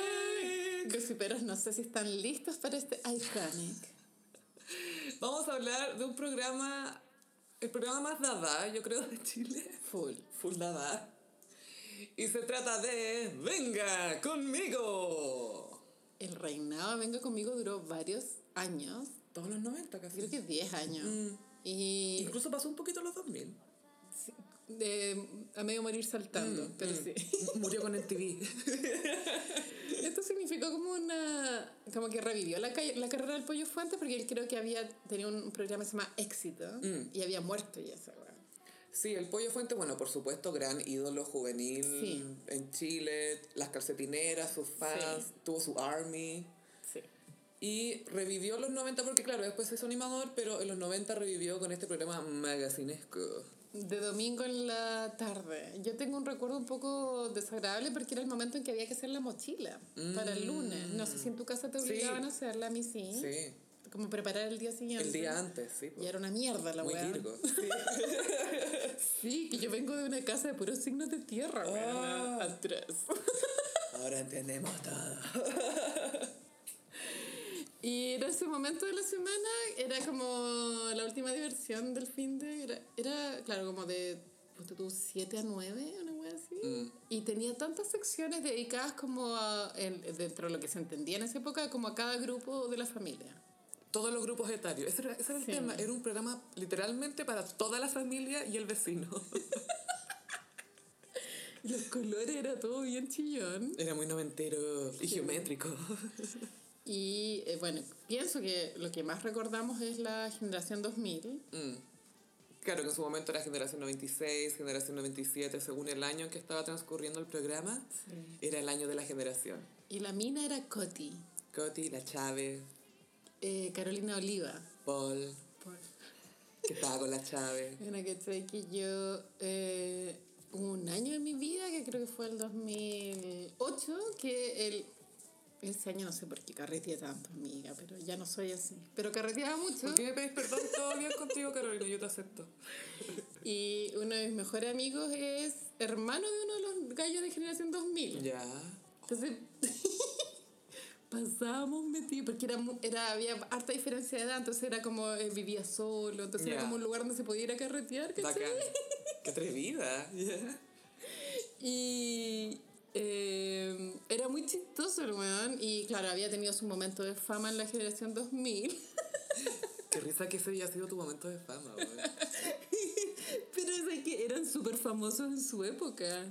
Gossiperos, no sé si están listos para este Iconic. Vamos a hablar de un programa, el programa más dada, yo creo, de Chile. Full. Full dada. Y se trata de Venga conmigo. El reinado de Venga Conmigo duró varios años, Todos los 90 casi. creo que 10 años. Y Incluso pasó un poquito los 2000. sí, de- a medio morir saltando, pero sí. Murió con el TV. Esto significó como una. como que revivió la, ca- la carrera del Pollo Fuentes porque él creo que había tenido un programa que se llama Éxito y había muerto ya esa weá. Sí, el Pollo Fuente, bueno, por supuesto, gran ídolo juvenil Sí. en Chile, las calcetineras, sus fans, Sí. tuvo su army. Sí. Y revivió los 90, porque claro, después se hizo animador, pero en los 90 revivió con este programa magazinesco. De domingo en la tarde. Yo tengo un recuerdo un poco desagradable porque era el momento en que había que hacer la mochila para el lunes. No sé si en tu casa te Sí. obligaban a hacerla, a mí Mm. sí. Sí, Como preparar el día siguiente. el día antes, sí. po. Y era una mierda la Muy weá. virgo. Sí, que yo vengo de una casa de puros signos de tierra, weá. Atrás. Ahora entendemos todo. Y era ese momento de la semana, era como la última diversión del fin de... Era, era, claro, como de ponte tú, 7 a 9, una wea así. Y tenía tantas secciones dedicadas como a, en- dentro de lo que se entendía en esa época, como a cada grupo de la familia. Todos los grupos etarios. Ese era, ese era el Sí. tema. Era un programa literalmente para toda la familia y el vecino. Y los colores era todo bien chillón. Era muy noventero y geométrico. Y eh, bueno, pienso que lo que más recordamos es la generación 2000. Mm. Claro que en su momento era generación 96, generación 97, según el año en que estaba transcurriendo el programa, era el año de la generación. Y la mina era Coti, Coti, la Chávez, eh, Carolina Oliva. Paul, que estaba con la Chávez. Bueno, que sé que yo eh, hubo un año de mi vida, que creo que fue el 2008, que el, ese año no sé por qué carreteé tanto, amiga, pero ya no soy así. Pero carreteaba mucho ¿Por qué me pedís perdón todo bien contigo, Carolina? Yo te acepto. y uno de mis mejores amigos es hermano de uno de los gallos de generación 2000. Ya. Entonces pasábamos metidos, porque era, mu- era, había harta diferencia de edad, entonces era como eh, vivía solo, entonces Ya. era como un lugar donde se podía ir a carretear, ¿cachai? Bacán. Qué atrevida. Ya. Y eh, era muy chistoso el weón. Y claro, había tenido su momento de fama en la generación 2000. Qué risa que ese había sido tu momento de fama, güey. Pero es de que eran súper famosos en su época.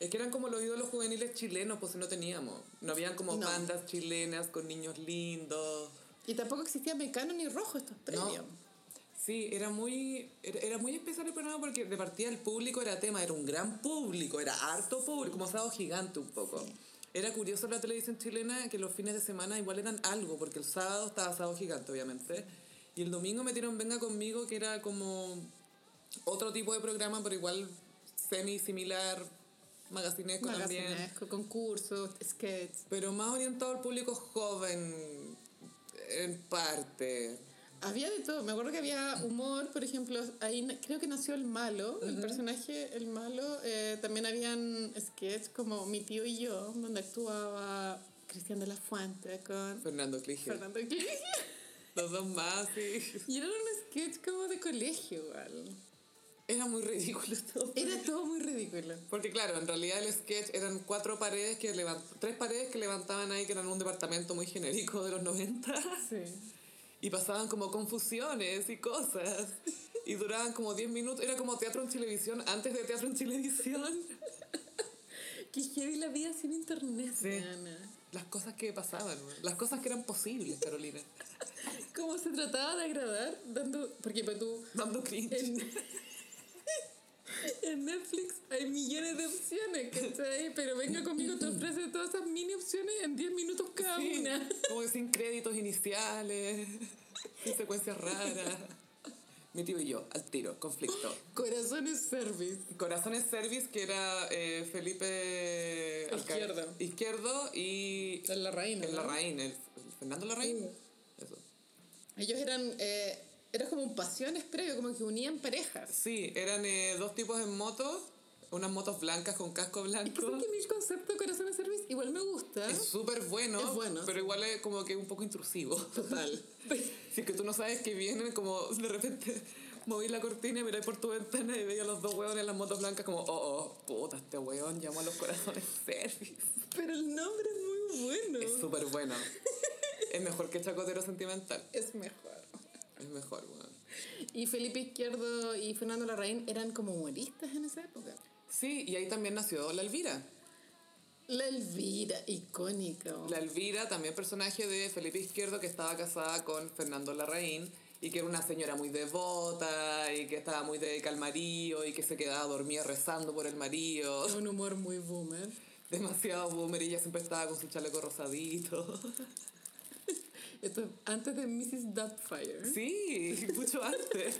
Es que eran como los ídolos juveniles chilenos, pues no teníamos. No habían como No. bandas chilenas con niños lindos. Y tampoco existía Mecano ni Rojo estos premios. Sí, era muy, era, era muy especial el programa porque de partida el público era tema, era un gran público, era harto público, como sábado gigante un poco. Era curioso la televisión chilena que los fines de semana igual eran algo, porque el sábado estaba sábado gigante, obviamente. Y el domingo metieron Venga conmigo, que era como otro tipo de programa, pero igual semi similar, magazinesco también. Magazinesco, concursos, sketches. Pero más orientado al público joven, en parte. Había de todo. Me acuerdo que había humor, por ejemplo, ahí na- creo que nació el malo, el personaje, el malo. Eh, también habían sketches como Mi tío y yo, donde actuaba Cristian de la Fuente con Fernando Cligio. Fernando Clis. Los dos más, sí. Y era un sketch como de colegio igual. Era muy ridículo todo. Era todo muy ridículo. Porque claro, en realidad el sketch eran cuatro paredes que levan- tres paredes que levantaban ahí que eran un departamento muy genérico de los 90 Sí. y pasaban como confusiones y cosas y duraban como 10 minutos, era como teatro en televisión antes de teatro en televisión, Que heavy la vida sin internet, Sí. Ana. las cosas que pasaban, weón. las cosas que eran posibles, Carolina. Cómo se trataba de agradar dando... Porque pues, tú... Dando cringe. En, en Netflix hay millones de opciones, ¿cachai? Pero venga conmigo, te ofrece todas esas mini opciones en 10 minutos cada Sí, una. Como que sin créditos iniciales, sin secuencias raras. Mi tío y yo, al tiro, conflicto. Corazones service. Corazones Service, que era eh, Felipe Alca- Izquierdo. Izquierdo y En la reina. el Larraín, el, el Fernando Larraín. Eso. Ellos eran... Eh, era como un pasiones previo, como que unían parejas. Sí, eran eh, dos tipos en moto, unas motos blancas con casco Es que blanco. sé que a mí el concepto de corazón de service igual me gusta. Es súper bueno, Es bueno, pero igual es como que un poco intrusivo. Total. Si es que tú no sabes que vienen, como de repente moví la cortina, miré por tu ventana y veía a los dos hueones en las motos blancas, como, oh, oh, puta, este hueón llamó a los corazones service. Pero el nombre es muy bueno. Es súper bueno. es mejor que Chacotero Sentimental. Es mejor. Es mejor, bueno. Y Felipe Izquierdo y Fernando Larraín eran como humoristas en esa época. Sí, y ahí también nació la Elvira. La Elvira, icónica. La Elvira, también personaje de Felipe Izquierdo, que estaba casada con Fernando Larraín y que era una señora muy devota y que estaba muy dedicada al marido y que se quedaba dormida rezando por el marido. Es un humor muy boomer. Demasiado boomer, y ella siempre estaba con su chaleco rosadito. Esto es antes de Mrs. Doubtfire. Sí, mucho antes.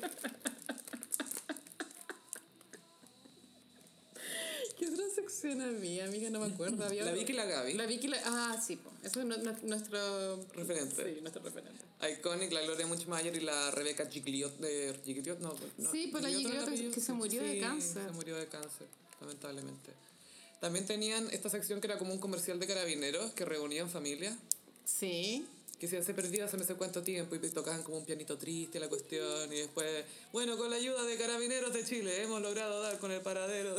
¿Qué otra sección había, amiga? No me acuerdo. Había La otra- Vicky y la Gaby. La Vicky y la... Ah, sí, po. Eso es nu- nu- nuestro... Referente. Sí, nuestro referente. Iconic, la Gloria Muchmayer y la Rebeca Gigliot. De, Gigliot no, no, Sí, pues Gigliot era la el Gigliot que- apellido. que se murió de Sí, cáncer. Se murió de cáncer, lamentablemente. También tenían esta sección que era como un comercial de carabineros que reunían familias. Sí. que se, se perdió hace no sé cuánto tiempo y tocaban como un pianito triste la cuestión y después, bueno, con la ayuda de carabineros de Chile hemos logrado dar con el paradero.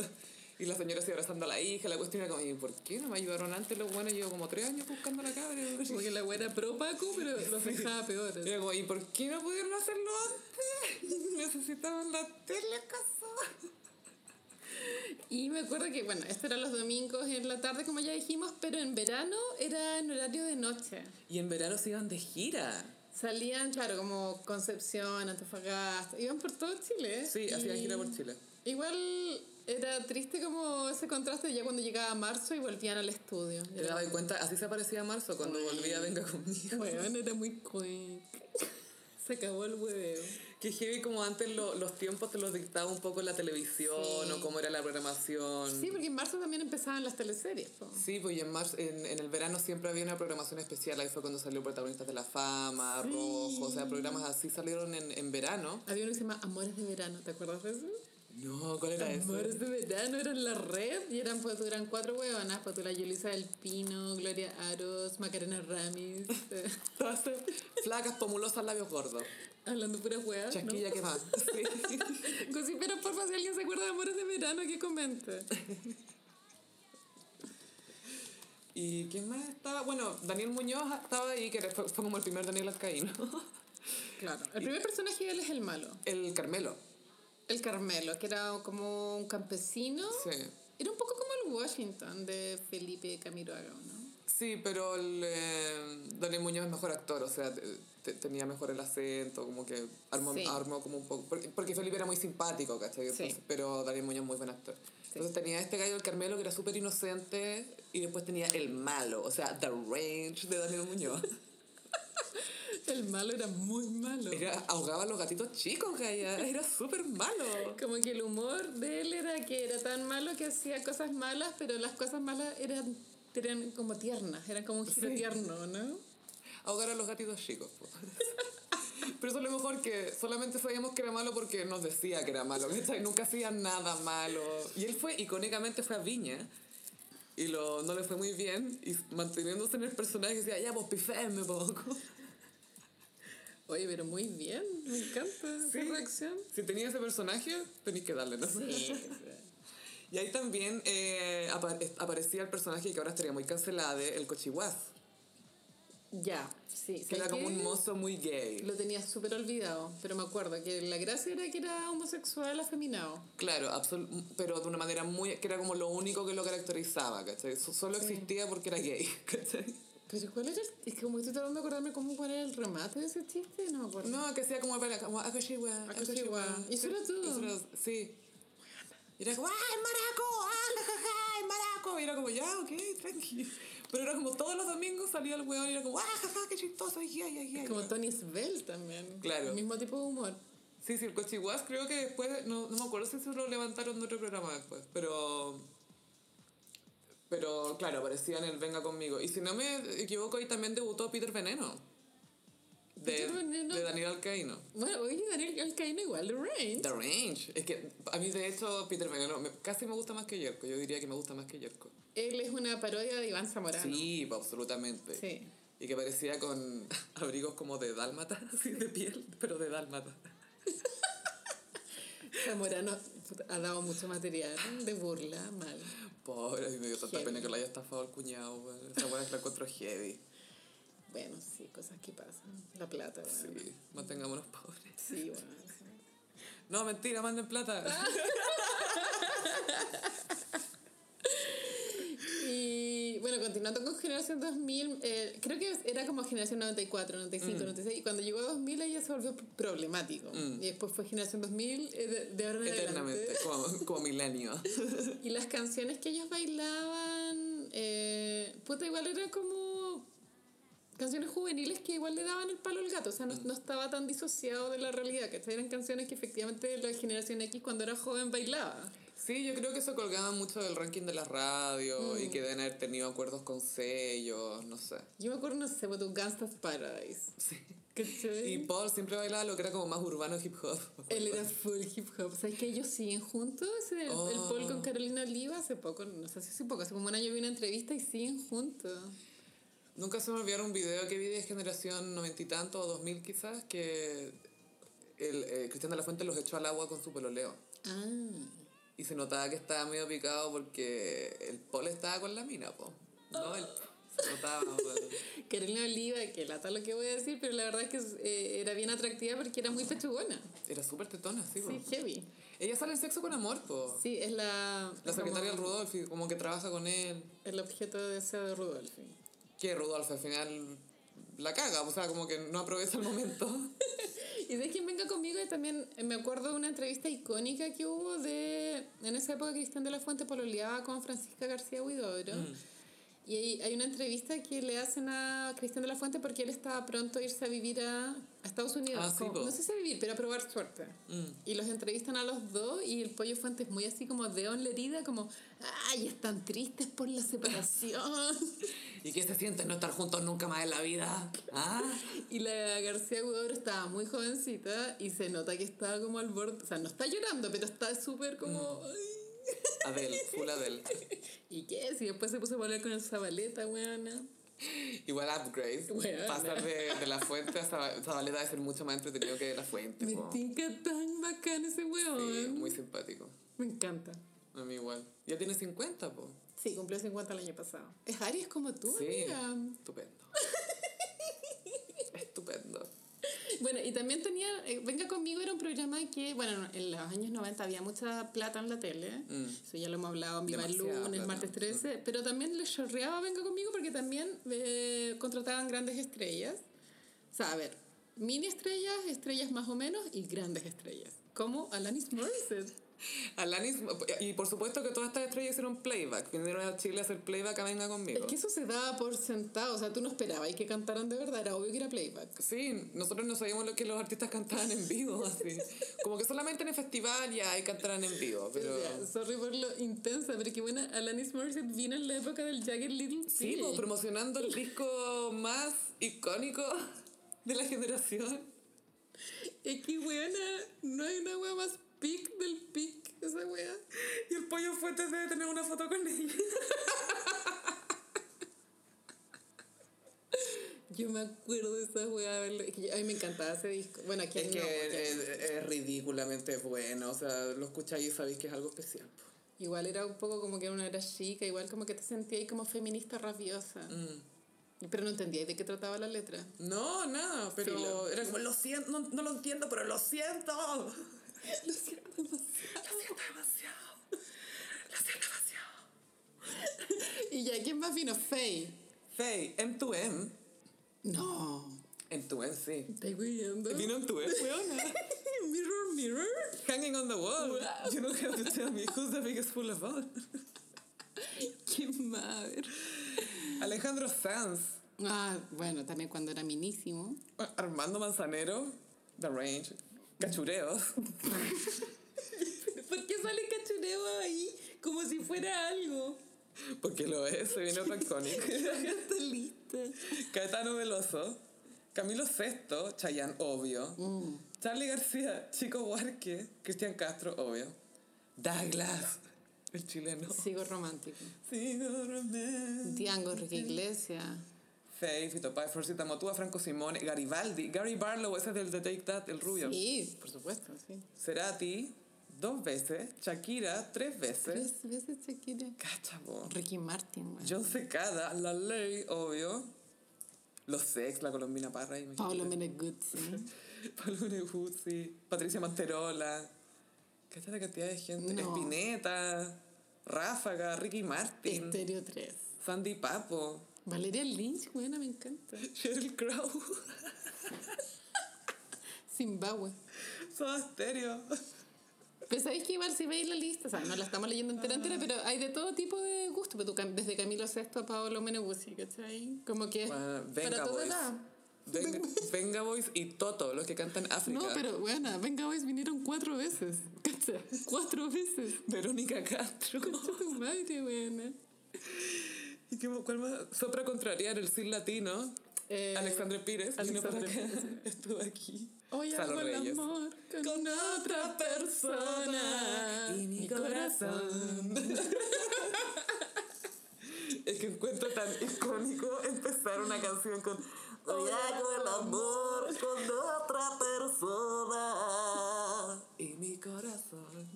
Y la señora se abrazando a la hija, la cuestión era como, ¿y por qué no me ayudaron antes los buenos? Llevo como tres años buscando a la cabra. Porque la buena era pro Paco, pero los dejaba peores. Y era como, ¿y por qué no pudieron hacerlo antes? Necesitaban la tele, casa. Y me acuerdo que, bueno, esto era los domingos en la tarde, como ya dijimos, pero en verano era en horario de noche. Y en verano se iban de gira. Salían, claro, como Concepción, Antofagasta, iban por todo Chile. Sí, hacían Y gira por Chile. Igual era triste como ese contraste ya cuando llegaba marzo y volvían al estudio. Te daba cuenta, así se aparecía Marzo cuando volvía Venga conmigo. Bueno, era muy quick. Se acabó el hueveo. Que heavy como antes lo- los tiempos te los dictaba un poco la televisión Sí. o cómo era la programación. Sí, porque en marzo también empezaban las teleseries. po. Sí, pues y en, marzo, en, en el verano siempre había una programación especial, ahí fue cuando salió Protagonistas de la Fama, Sí. Rojo, o sea, programas así salieron en, en verano. Había uno que se llama Amores de Verano, ¿te acuerdas de eso? No, ¿cuál era eso? Amores de Verano eran la red y eran, pues, eran cuatro huevonas, pues, la Yulisa del Pino, Gloria Aros, Macarena Ramis, eh, Todas Flacas, pomulosas, labios gordos. hablando puras huevas, ¿no? Chasquilla, ¿qué más? Sí. Cosí, pero porfa, si alguien se acuerda de Amores de Verano, que comente. ¿Y quién más estaba? Bueno, Daniel Muñoz estaba ahí, que fue, fue como el primer Daniel Azcaíno. Claro. El primer personaje de él es el malo, El Carmelo, el Carmelo, que era como un campesino. sí. Era un poco como el Washington de Felipe Camiroaga, ¿o ¿no? Sí, pero el, eh, Daniel Muñoz es mejor actor, o sea, te- te- tenía mejor el acento, como que armó, Sí. armó como un poco. Porque, porque Felipe era muy simpático, ¿cachai? Sí. Entonces, pero Daniel Muñoz es muy buen actor. Entonces tenía este gallo, el Carmelo, que era súper inocente, y después tenía el malo, o sea, The Range de Daniel Muñoz. El malo era muy malo. Era, ahogaba a los gatitos chicos, gaya, era súper malo. Como que el humor de él era que era tan malo que hacía cosas malas, pero las cosas malas eran, eran como tiernas, eran como un giro tierno, ¿no? Ahogar a los gatitos chicos, po. Pero eso es lo mejor que solamente sabíamos que era malo porque nos decía que era malo, ¿cachai? Nunca hacía nada malo. Y él fue, icónicamente fue a Viña y lo, no le fue muy bien y manteniéndose en el personaje decía, ya pues, vos piféme poco. Oye, pero muy bien, me encanta esa Sí. reacción. Si tenía ese personaje, tenéis que darle, ¿no? Y ahí también eh, apa- es- aparecía el personaje que ahora estaría muy cancelado, el Cochihuaz, Ya, sí. que era ¿sabes como qué? un mozo muy gay. Lo tenía súper olvidado, pero me acuerdo que la gracia era que era homosexual afeminado. Claro, absol- pero de una manera muy... que era como lo único que lo caracterizaba, ¿cachai? So- Solo existía porque era gay, ¿cachai? Pero ¿cuál era? el- Es que como estoy tratando de acordarme cómo cuál era el remate de ese chiste, no me acuerdo. No, que hacía como... baila- como "Ah, "Akashiwa, Akashiwa". Akashiwa". Y eso era todo. Eso era- sí. Y era como, ¡ah, el maraco! ¡ah, jajaja, el maraco! Y era como, ya, ok, tranqui. Pero era como todos los domingos salía el weón y era como, ¡ah, jajaja, qué chistoso! ay, ay, ay, ay". Como Tony Svel también. Claro. El mismo tipo de humor. Sí, sí, el Cochiguas creo que después, no, no me acuerdo si se lo levantaron de otro programa después, pero... Pero claro, aparecía en el Venga conmigo. Y si no me equivoco, ahí también debutó Peter Veneno. De, ¿Peter Veneno? de Daniel Alcaíno. Bueno, oye, Daniel Alcaíno igual, de Range. The Range. Es que a mí de hecho Peter Veneno me- casi me gusta más que Yerko. Yo diría que me gusta más que Yerko. Él es una parodia de Iván Zamorano. Sí, pues, absolutamente. Ah, Sí. Y que parecía con abrigos como de dálmata, así de piel, pero de dálmata. Zamorano puta, ha dado mucho material de burla, mal. Pobre, a mí me dio tanta Heavy. pena que lo haya estafado el cuñado. weón. Esa buena es la encuentro heavy. Bueno, sí, cosas que pasan. La plata, bueno. Sí, mantengámonos pobres. Sí, bueno. sí. No, mentira, manden plata. Ah, Y bueno, continuando con Generación 2000, eh, creo que era como Generación 94, Mm. 95, 96, y cuando llegó a 2000 ella se volvió problemático. Y después fue Generación 2000 eh, de, de ahora en Eternamente, adelante. como, como milenio. Y las canciones que ellos bailaban, eh, puta, igual eran como canciones juveniles que igual le daban el palo al gato, o sea, Mm. no, no estaba tan disociado de la realidad, que eran canciones que efectivamente la Generación X cuando era joven bailaba. Sí, yo creo que eso colgaba mucho del ranking de la radio Mm. y que deben haber tenido acuerdos con sellos, no sé. Yo me acuerdo, no sé, pues, de Gangsta's Paradise. Sí. ¿cachai? Y Paul siempre bailaba lo que era como más urbano hip hop. Él era full hip hop. ¿Sabes que ellos siguen juntos? El, el Oh. Paul con Carolina Oliva hace poco, no sé si hace poco, hace como un año vi una entrevista y siguen juntos. Nunca se me olvidará un video que vi de generación noventa y tanto o dos mil quizás, que el, eh, Cristian de la Fuente los echó al agua con su peloleo. Ah. Y se notaba que estaba medio picado porque el pole estaba con la mina, po. No, el, se notaba, weón. Carolina Oliva, que lata lo que voy a decir, pero la verdad es que eh, era bien atractiva porque era muy pechugona. Era súper tetona, sí, po. Sí, heavy. Ella sale en sexo con amor, po. Sí, es la. La secretaria del como Rudolfi, como que trabaja con él. El objeto de deseo de Rudolf. Que Rudolfi al final la caga, o sea, como que no aprovecha el momento. Y de quien venga conmigo, y también eh, me acuerdo de una entrevista icónica que hubo de. En esa época, Cristian de la Fuente pololeaba con Francisca García Huidobro. Mm. Y hay, hay una entrevista que le hacen a Cristian de la Fuente porque él estaba pronto a irse a vivir a, a Estados Unidos. Ah, sí, como- po. no sé si a vivir, pero a probar suerte. Mm. Y los entrevistan a los dos y el Pollo Fuentes muy así como de honlerida, como, ay, están tristes por la separación. ¿Y qué se siente no estar juntos nunca más en la vida? ¿Ah? y la García Huidobro estaba muy jovencita y se nota que estaba como al borde, o sea, no está llorando, pero está súper como... "Ay". Adel, full Adel. ¿Y qué? Si después se puso a hablar con el Zabaleta, weona. Igual upgrade. Bueno. Pasar de, de la fuente a Zaba- Zabaleta debe ser mucho más entretenido que de la fuente. Me po. tinca tan bacán ese Sí, weón. muy simpático. Me encanta. A mí igual. Ya tiene 50, po. Sí, cumplió 50 el año pasado. Es Aries como tú, Sí. amiga. Estupendo. Estupendo. Bueno, y también tenía, eh, Venga conmigo era un programa que, bueno, en los años 90 había mucha plata en la tele, Mm. eso ya lo hemos hablado en Viva el Demasiada Lunes, plata. Mm. Martes 13, pero también le chorreaba Venga conmigo porque también eh, contrataban grandes estrellas, o sea, a ver, mini estrellas, estrellas más o menos y grandes estrellas, como Alanis Morissette. Alanis, y por supuesto que todas estas estrellas hicieron playback. Vinieron a Chile a hacer playback a Venga Conmigo. Es que eso se daba por sentado, o sea, tú no esperabas y que cantaran de verdad, era obvio que era playback. Sí, nosotros no sabíamos lo que los artistas cantaban en vivo, así. Como que solamente en el festival ya ahí cantaran en vivo, pero... O sea, sorry por lo intensa, pero qué buena. Alanis Morissette vino en la época del Jagger Sí, Little pues, Pill. po, promocionando el disco más icónico de la generación. Es que, weona, no hay una wea más pic del pic, esa wea. Y el pollo fuente debe tener una foto con ella. Yo me acuerdo de esa wea. verlo. Es que yo- a mí me encantaba ese disco. Bueno, aquí Es no, que porque- es, es ridículamente bueno, o sea, lo escucháis y sabéis que es algo especial. po. Igual era un poco como que una era chica, igual como que te sentías ahí como feminista rabiosa. Mm. Pero no entendía de qué trataba la letra. No, nada, pero Filo. era como, lo siento, no, no lo entiendo, pero lo siento. Lo siento demasiado. Lo siento demasiado. Lo siento demasiado. Y ya, ¿quién más vino? Faye. Faye, M2M. No. M2M, sí. ¿Estás guiando? Vino M2M, weona. mirror, mirror. Hanging on the wall. You don't have to tell me who's the biggest fool of all. Qué madre. Alejandro Sanz, Ah, bueno, también cuando era minísimo. Armando Manzanero, The Range, Cachureos. ¿Por qué sale cachureo ahí? Como si fuera algo. Porque lo es, se viene otro icónico. Está lista. Caetano Veloso, Camilo Sesto, Chayanne, obvio. Mm. Charlie García, Chico Huarque, Cristian Castro, obvio. Douglas, el chileno. Sigo romántico. Sigo romance. Tiango, Enrique Iglesias. Faith, Fito Páez, Florcita Motúa, Franco Simone, Garibaldi, Gary Barlow, ese es del de Take That, el rubio. Sí, por supuesto, sí. Cerati, dos veces. Shakira, tres veces. Tres veces Shakira. Cacha, po. Ricky Martin, güey. John Secada, La Ley, obvio. Los Sex, la Colombina Parra, imagínate. Paolo Meneguzzi. Pablo Neguzzi, Patricia Manterola. Cacha la cantidad de gente. No. Espineta, Ráfaga, Ricky Martin, Estéreo 3. Sandy Papo, Valeria Lynch, buena, me encanta. Sheryl Crow, Zimbabue. Soda Stereo. Pero sabéis que igual si veis la lista, o sea, no la estamos leyendo entera Ah. entera, pero hay de todo tipo de gusto, pero tú cam- desde Camilo VI a Paolo Meneguzzi, ¿cachai? Como que es Bueno, para Venga toda Boys. edad. Venga, Venga Boys y Toto, los que cantan África. No, pero bueno, venga, hoy vinieron cuatro veces. ¿Cachai? Cuatro veces. Verónica Castro. Concha tu madre, buena. ¿Y qué, cuál más? Sopra Contrariar, el Cid Latino. Eh, Alexandre Pires. Vino para Alexandre acá. Estuvo aquí. Hoy Salo hago el Reyes. amor con, otra persona Y mi corazón. Es que encuentro tan icónico empezar una canción con Hoy hago el amor con otra persona y mi corazón.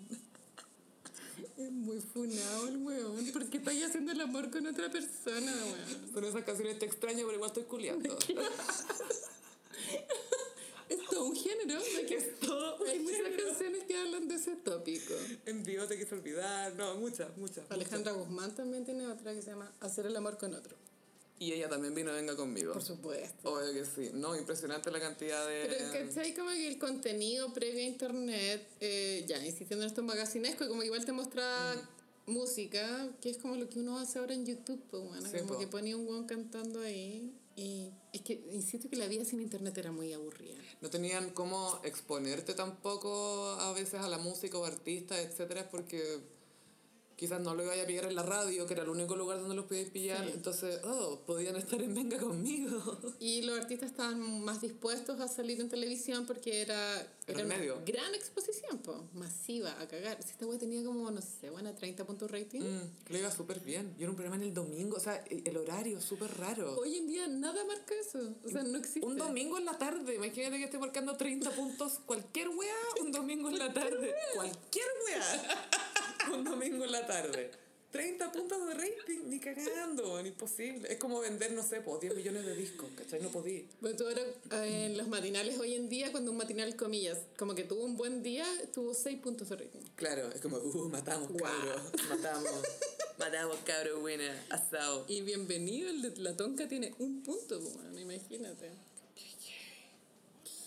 Es muy funado el weón. ¿Por qué estáis haciendo el amor con otra persona, weón? Son esas canciones te extraño, pero igual estoy culiando. Es todo un género. De que Es todo un hay muchas género. canciones que hablan de ese tópico. En vivo te quise olvidar. No, muchas, muchas. Alejandra Guzmán también tiene otra que se llama Hacer el amor con otro. Y ella también vino Venga Conmigo. Por supuesto. Obvio que sí. No, impresionante la cantidad de... Pero, ¿cachai? Como que el contenido previo a internet, eh, ya insistiendo en esto magazinesco, como que igual te mostraba música, que es como lo que uno hace ahora en YouTube, pues, bueno, Sí, como po. que ponía un weón cantando ahí. Y es que, insisto que la vida sin internet era muy aburrida. no tenían cómo exponerte tampoco a veces a la música o artistas, etcétera, porque quizás no lo iba a pillar en la radio, que era el único lugar donde los podías pillar. Sí. Entonces, oh, podían estar en Venga Conmigo. Y los artistas estaban más dispuestos a salir en televisión porque era, Era una medio. gran exposición, po, masiva, a cagar. Si esta wea tenía como, no sé, bueno, 30 puntos rating. Mm, le iba súper bien. Yo era un programa en el domingo, o sea, el horario súper raro. Hoy en día nada marca eso. O sea, no existe. Un domingo en la tarde, imagínate que esté marcando 30 puntos, cualquier wea, un domingo en la tarde. Cualquier wea. un domingo en la tarde. 30 puntos de rating, ni cagando, ni imposible. Es como vender, no sé, po, 10 millones de discos, ¿cachai? No podí. Bueno, tú ahora eh, en los matinales hoy en día, cuando un matinal, comillas, como que tuvo un buen día, tuvo 6 puntos de rating. Claro, es como, uh, matamos, cabro. Matamos. matamos, cabro, buena. Asado. Y bienvenido, el de la tonca tiene un punto, pues, bueno, imagínate.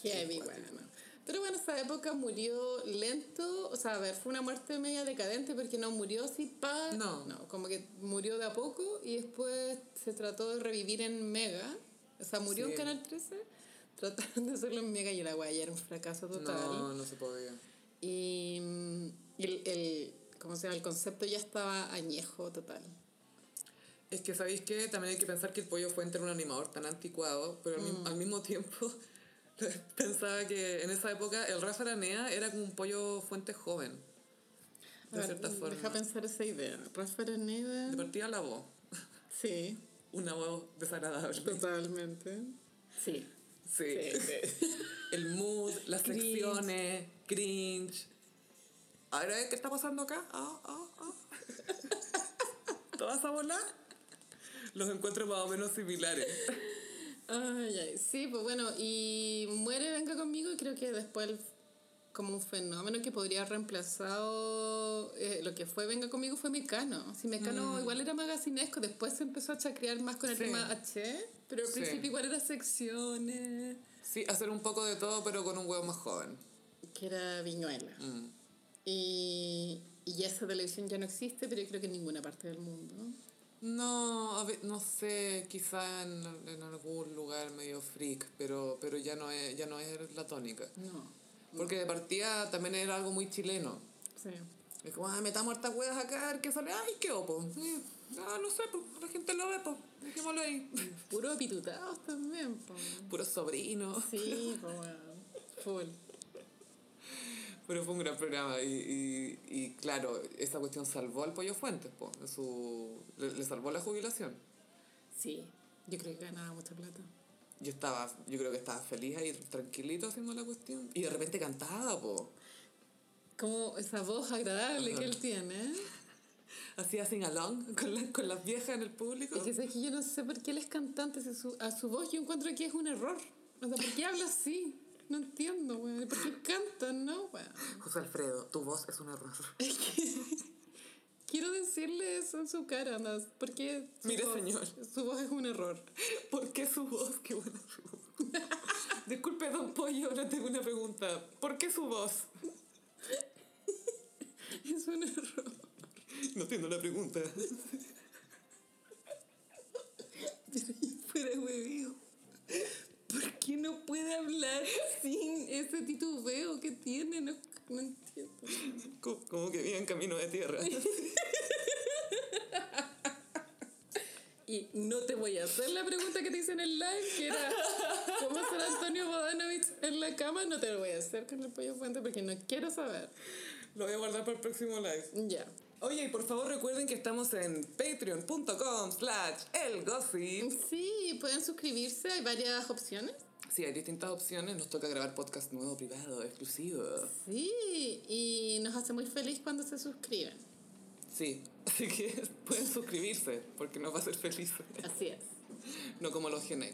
Heavy, bueno. Pero bueno, esa época murió lento, o sea, a ver, fue una muerte media decadente porque no murió así, pa. No. No, como que murió de a poco y después se trató de revivir en Mega. O sea, murió Sí. en Canal 13. Trataron de hacerlo en Mega y la guay era un fracaso total. No, no se podía. Y, mm, y el, el- ¿cómo se llama? El concepto ya estaba añejo total. Es que sabéis que también hay que pensar que el pollo fuente era un animador tan anticuado, pero al, Mm. mi- al mismo tiempo pensaba que en esa época el Rafa Aranea era como un pollo fuente joven. A De ver, cierta forma. Deja pensar esa idea. Rafa Araneda. De partida la voz. Sí, Una voz desagradable. totalmente. Sí. Sí. El mood, las Cringe. secciones, cringe. Ahora, ¿qué está pasando acá? Ah, ah, ah. ¿Toda esa bola? Los encuentro más o menos similares. Ay, ay. Sí, pues bueno, y muere Venga conmigo y creo que después el- como un fenómeno que podría haber reemplazado eh, lo que fue Venga conmigo fue Mecano. Si Mecano igual era magazinesco, después se empezó a chacrear más con el Mm. Sí. tema H, pero al Sí. principio igual era secciones. Sí, hacer un poco de todo, pero con un huevo más joven. que era Viñuela. Mm. Y, y ya esa televisión ya no existe, pero yo creo que en ninguna parte del mundo. No, a ve- no sé, quizá en, en algún lugar medio freak, pero, pero ya, no es, ya no es la tónica. No. Porque de partida también era algo muy chileno. Sí. Es como, ah, metamos hartas huevas acá, a ver qué sale. Ay, qué opo. Mm, Ah, no sé, pues, la gente lo ve, pues, dejémoslo ahí. Puro apitutados también, po. Puro sobrino. Sí, po, weón. Full. Pero fue un gran programa y, y, y, claro, esta cuestión salvó al Pollo Fuentes, po, en su, le- le salvó la jubilación. Sí. Yo creo que ganaba mucha plata. Yo estaba, yo creo que estaba feliz ahí, tranquilito haciendo la cuestión. Y de repente cantaba, po. Como esa voz agradable que él tiene. Hacía sing along con, la- con las viejas en el público. Es que sabes que yo no sé por qué él es cantante. si su- a su voz yo encuentro que es un error. O sea, ¿por qué habla así? No entiendo, weón. ¿Por qué canta, no, weón? José Alfredo, tu voz es un error. Quiero decirle eso en su cara, ¿no? porque su Mire, voz- señor. su voz es un error. ¿Por qué su voz? Qué buena su voz. Disculpe, don Pollo, ahora tengo una pregunta. ¿Por qué su voz? Es un error. No entiendo la pregunta. Fuera huevío. ¿Por qué no puede hablar sin ese titubeo que tiene? No, no entiendo. Co- Como que vive en camino de tierra. Y no te voy a hacer la pregunta que te hice en el live, que era ¿Cómo será Antonio Bodanovich en la cama? No te lo voy a hacer con el pollo fuente porque no quiero saber. Lo voy a guardar para el próximo live. Ya. Oye, y por favor recuerden que estamos en patreon.com slash elgossip. Sí, pueden suscribirse, hay varias opciones. Sí, hay distintas opciones. Nos toca grabar podcast nuevo, privado, exclusivo. Sí, y nos hace muy feliz cuando se suscriben. Sí, así que pueden suscribirse porque nos va a hacer felices. Así es. No como los Genex.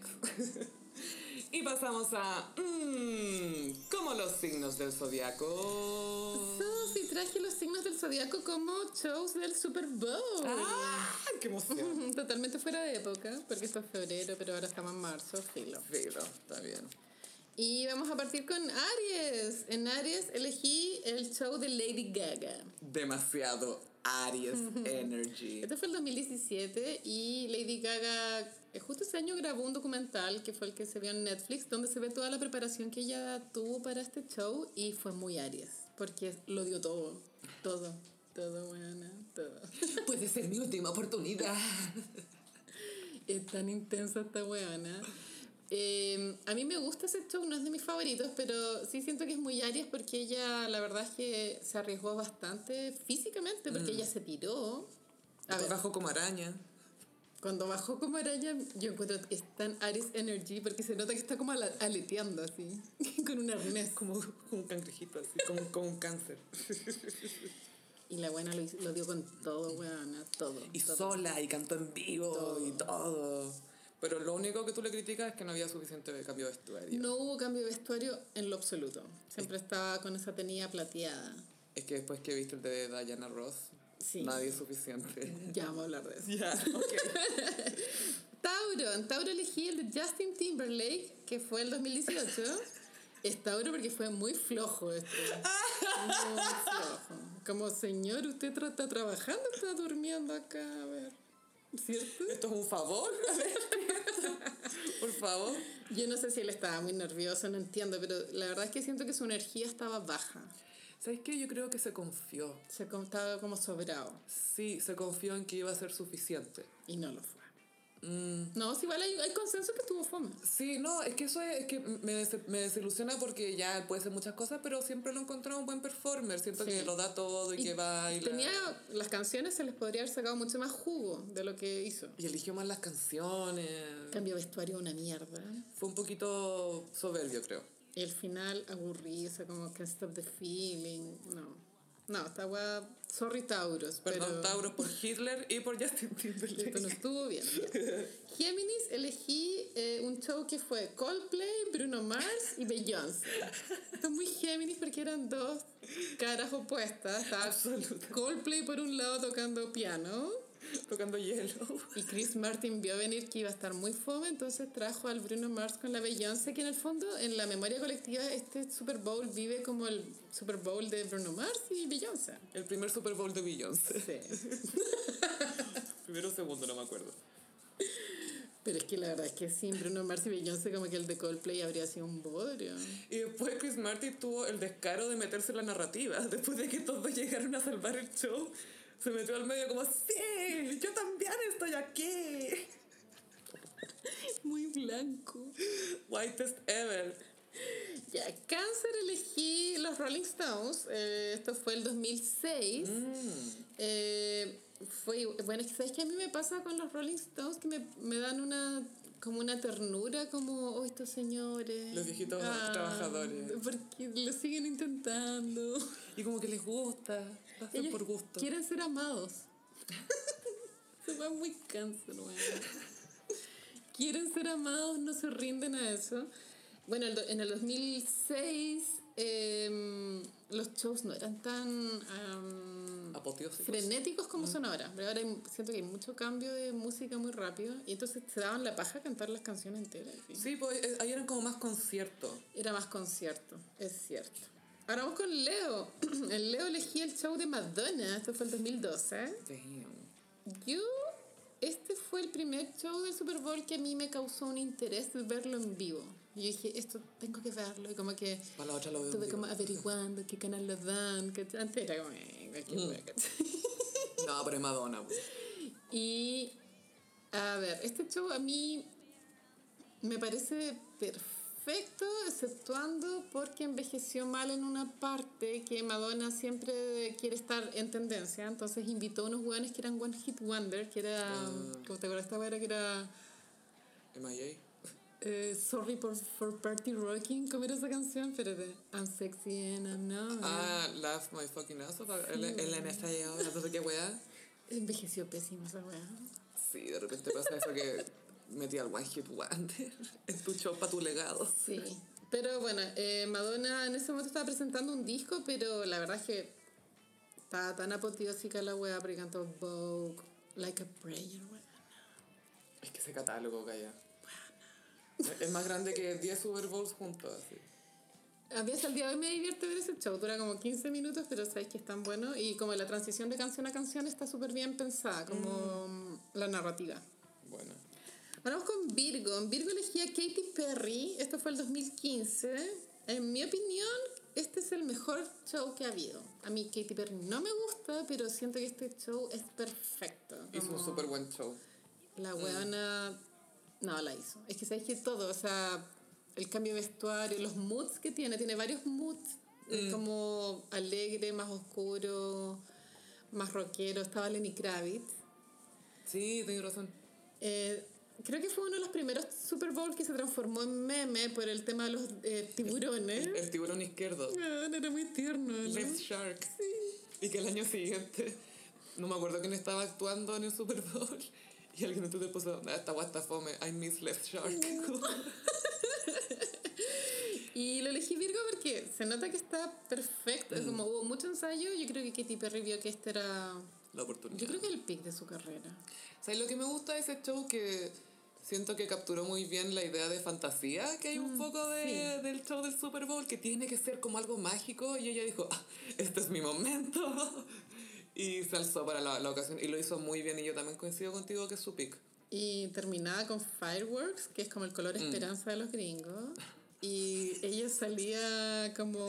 y pasamos a... Mmm, como los signos del zodiaco. Sofi, traje los signos del zodiaco como shows del Super Bowl. ¡Ah! ¡Qué emoción! Totalmente fuera de época, porque esto es febrero, pero ahora estamos en marzo, filo. Filo, está bien. Y vamos a partir con Aries. En Aries elegí el show de Lady Gaga. Demasiado Aries Energy. Este fue el 2017 y Lady Gaga eh, justo ese año grabó un documental que fue el que se vio en Netflix, donde se ve toda la preparación que ella tuvo para este show y fue muy Aries, porque lo dio todo, todo, todo, bueno, todo. Puede ser mi última oportunidad. Es tan intensa esta weona. Eh, a mí me gusta ese show, no es de mis favoritos, pero sí siento que es muy Aries porque ella, la verdad es que se arriesgó bastante físicamente porque ella se tiró. A ver, Mm. Bajo como araña. cuando bajó como araña, yo encuentro que es tan Aries Energy porque se nota que está como ala- aleteando así, con un arnés. Como un cangrejito así, como, como un cáncer. Y la buena lo, hizo- lo dio con todo, weona, todo. Y todo. sola, y cantó en vivo, y todo. Pero lo único que tú le criticas es que no había suficiente cambio de vestuario. No hubo cambio de vestuario en lo absoluto. Siempre estaba con esa tenía plateada. Es que después que viste el de Diana Ross, Sí. nadie es suficiente. Ya vamos a hablar de eso. Ya, ok. Tauro, en Tauro elegí el de Justin Timberlake, que fue el 2018. Es Tauro porque fue muy flojo este. Muy flojo. Como, señor, usted tra- está trabajando, está durmiendo acá, a ver. ¿Cierto? Esto es un favor. Por favor. Yo no sé si él estaba muy nervioso, no entiendo, pero la verdad es que siento que su energía estaba baja. ¿Sabes qué? Yo creo que se confió. Se com- estaba como sobrado. Sí, se confió en que iba a ser suficiente. Y no lo fue. No, si igual hay, hay consenso que tuvo fama. Sí, no, es que eso es, es que me, des- me desilusiona porque ya él puede ser muchas cosas, pero siempre lo he encontrado un buen performer. Siento Sí. que lo da todo y, Y que baila. Tenía las canciones, se les podría haber sacado mucho más jugo de lo que hizo. Y eligió más las canciones. Cambio de vestuario una mierda. Fue un poquito soberbio, creo. Y el final aburrido, o sea, como Can't Stop the Feeling. No. No, esta weá. Sorry, Tauros. Perdón, pero Tauro, por Hitler y por Justin Timberlake. Esto no estuvo bien. ya. Géminis, elegí eh, un show que fue Coldplay, Bruno Mars y Beyoncé. Esto es muy Géminis porque eran dos caras opuestas. Estaba Coldplay por un lado tocando piano. Tocando hielo. Y Chris Martin vio venir que iba a estar muy fome, entonces trajo al Bruno Mars con la Beyoncé, que en el fondo, en la memoria colectiva, este Super Bowl vive como el Super Bowl de Bruno Mars y Beyoncé. El primer Super Bowl de Beyoncé. Sí. Primero o segundo, no me acuerdo. Pero es que la verdad es que sin Bruno Mars y Beyoncé, como que el de Coldplay habría sido un bodrio. Y después Chris Martin tuvo el descaro de meterse en la narrativa. Después de que todos llegaron a salvar el show, se metió al medio como, sí, yo también estoy aquí. Muy blanco. Whitest ever. Ya, Cáncer elegí los Rolling Stones. eh, esto fue el 2006. Mm. Eh, fue, bueno, es que sabes que a mí me pasa con los Rolling Stones que me, me dan una como una ternura como oh, estos señores Ah, Los viejitos trabajadores. porque lo siguen intentando Y como que les gusta, lo hacen ellos por gusto. quieren ser amados se va muy cáncer bueno. quieren ser amados no se rinden a eso bueno el do- en el 2006 em, los shows no eran tan am, Apoteósicos. frenéticos Mm. como son ahora. Pero ahora hay- siento que hay mucho cambio de música muy rápido y entonces se daban la paja a cantar las canciones enteras. en fin. Sí, pues eh, ahí eran como más conciertos. Era más concierto, es cierto. Ahora vamos con Leo. El Leo elegí el show de Madonna, esto fue el 2012. Damn. Yo, este fue el primer show del Super Bowl que a mí me causó un interés de verlo en vivo. Y yo dije, esto tengo que verlo y como que... Para la otra lo veo. Estuve en como vivo. averiguando qué canal lo dan, que antes era como... eh, cualquier Mm. wea, ¿cachai? No, pero es Madonna. pues. Y a ver, este show a mí me parece perfecto. perfecto, exceptuando porque envejeció mal en una parte que Madonna siempre quiere estar en tendencia. Entonces invitó a unos hueones que eran One Hit Wonder, que era. Ah. ¿Cómo te acuerdas esta era que era. MIA. eh, sorry for, for Party Rocking, ¿cómo era esa canción? Espérate. I'm sexy and I'm not. Ah, Laugh My Fucking Ass Off. El, el NSA ahora, no sé qué weá. Envejeció pésimo esa weá. Sí, de repente pasa eso que metí al One Hit Wonder en tu show para tu legado. Sí, pero bueno, eh, Madonna en ese momento estaba presentando un disco, pero la verdad es que estaba tan apoteósica la wea porque cantó Vogue, Like a Prayer, wea. Es que ese catálogo, calla. Es más grande que 10 Super Bowls juntos, así. A mí hasta el día de hoy me divierte ver ese show, dura como 15 minutos, pero sabes que es tan bueno y como la transición de canción a canción está súper bien pensada, como mm, la narrativa. Bueno. Ahora vamos con Virgo. En Virgo elegí a Katy Perry, esto fue el 2015. En mi opinión, este es el mejor show que ha habido. A mí Katy Perry no me gusta, pero siento que este show es perfecto. Hizo un Mm. Como súper buen show. La weona no la hizo. Es que sabes que todo, o sea, el cambio de vestuario, los moods que tiene, tiene varios moods, Mm. eh, como alegre, más oscuro, más rockero. Estaba Lenny Kravitz. Sí, tengo razón. Eh, creo que fue uno de los primeros Super Bowl que se transformó en meme por el tema de los eh, tiburones. El tiburón izquierdo. Ah, era muy tierno, ¿no? Left Shark. Y que el año siguiente, no me acuerdo quién estaba actuando en el Super Bowl. Y alguien en Twitter puso, "Ah, esta guasta fome, I miss Left Shark. Y lo elegí Virgo porque se nota que está perfecto. Es Como hubo mucho ensayo, yo creo que Katy Perry vio que este era. La oportunidad. Yo creo que el pick de su carrera. ¿Sabes lo que me gusta de ese show? Que siento que capturó muy bien la idea de fantasía que hay Mm, un poco de, del show del Super Bowl, que tiene que ser como algo mágico. Y ella dijo, "Ah, este es mi momento. Y se alzó para la, la ocasión y lo hizo muy bien. Y yo también coincido contigo que es su pick. Y terminaba con Fireworks, que es como el color esperanza de los gringos. Y ella salía como,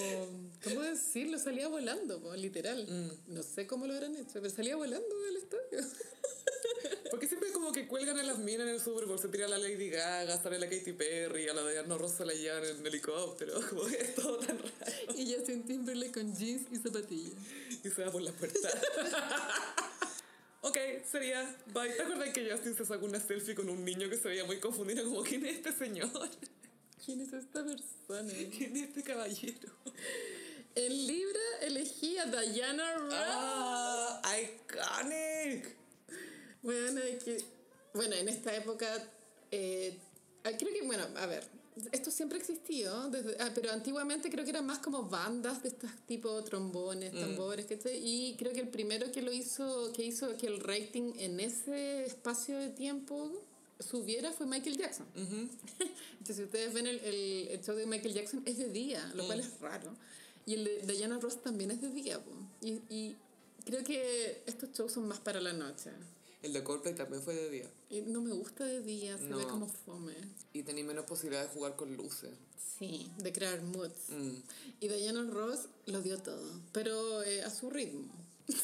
¿cómo decirlo? Salía volando, po, literal. No sé cómo lo habrán hecho, pero salía volando del estadio. Porque siempre como que cuelgan a las minas en el Super Bowl, se tira a la Lady Gaga, sale la Katy Perry, a la de Arno Rosa la llevan en helicóptero, como que es todo tan raro. Y ya se Timberlake con jeans y zapatillas. Y se va por la puerta. ok, sería, bye. ¿Te acuerdas que Justin se sacó una selfie con un niño que se veía muy confundido, como, ¿quién es este señor? ¿Quién es esta persona? ¿Quién es este caballero? En Libra elegí a Diana Ross. ¡Ah! ¡Iconic! Bueno, es que- bueno, en esta época, eh, ah, creo que, bueno, a ver, esto siempre existió, desde, ah, pero antiguamente creo que eran más como bandas de estos tipo trombones, tambores, ¿cachai? Y creo que el primero que lo hizo, que hizo que el rating en ese espacio de tiempo subiera fue Michael Jackson. Entonces, si ustedes ven el, el- el show de Michael Jackson, es de día, lo cual es raro. Y el de Diana Ross también es de día, po. Y, y creo que estos shows son más para la noche. El de Coldplay también fue de día. Y No me gusta de día, se ve No. como fome. Y tenía menos posibilidad de jugar con luces. Sí, de crear moods. Mm. Y Diana Ross lo dio todo, pero eh, a su ritmo.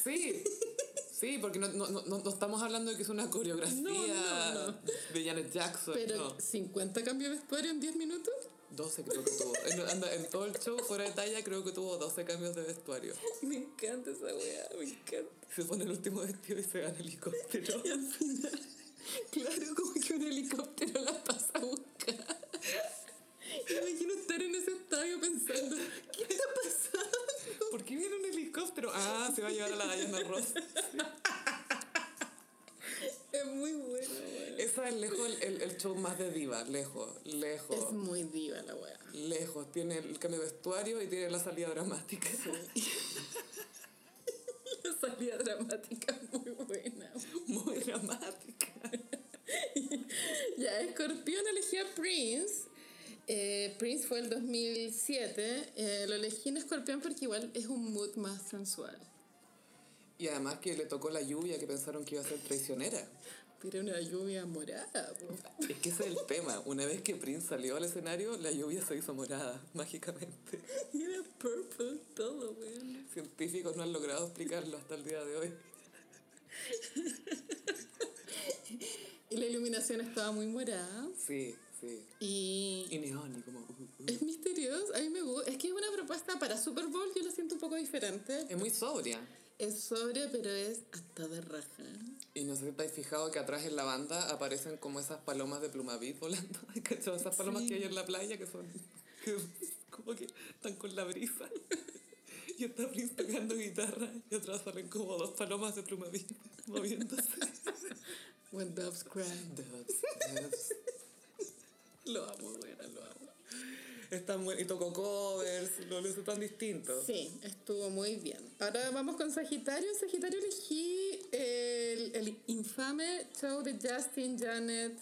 Sí, sí, porque no, no, no, no estamos hablando de que es una coreografía No, no, no. de Janet Jackson. Pero no. 50 cambios de vestuario en 10 minutos. 12 creo que tuvo. En, anda, en todo el show, fuera de talla, creo que tuvo 12 cambios de vestuario. Me encanta esa weá, me encanta. Se pone el último vestido y se gana el helicóptero. Y al final, claro, como que un helicóptero la pasa a buscar. Me imagino estar en ese estadio pensando, ¿qué está pasando? ¿Por qué viene un helicóptero? Ah, se va a llevar a la Diana Ross. Es muy bueno, weá. Esa es lejos el, el show más de diva, lejos, lejos. Es muy diva la weá. Lejos, tiene el cambio de vestuario y tiene la salida dramática. La salida dramática es muy buena. Muy dramática. ya, Escorpión elegí a Prince. Eh, Prince fue el 2007. Eh, lo elegí en Escorpión porque igual es un mood más sensual. Y además que le tocó la lluvia que pensaron que iba a ser traicionera. Pero una lluvia morada. po. Es que ese es el tema. Una vez que Prince salió al escenario, la lluvia se hizo morada, mágicamente. Y era purple todo, weón. Científicos no han logrado explicarlo hasta el día de hoy. Y la iluminación estaba muy morada. Sí, sí. Sí. Y Y neón, y como... uh, uh. es misterioso, a mí me gusta. Es que es una propuesta para Super Bowl, yo la siento un poco diferente. Es muy sobria. Es sobre, pero es hasta de raja. Y no sé si estáis fijado que atrás en la banda aparecen como esas palomas de plumavid volando. ¿Cachai? Esas palomas Sí. que hay en la playa que son que como que están con la brisa. Y está Prince tocando guitarra y atrás salen como dos palomas de plumavid moviéndose. When doves cry. Dubs, dubs. Lo amo, bueno, lo amo. Están buen- y tocó covers, lo luce tan distinto. Sí, estuvo muy bien. Ahora vamos con Sagitario. En Sagitario elegí el, el infame show de Justin, Janet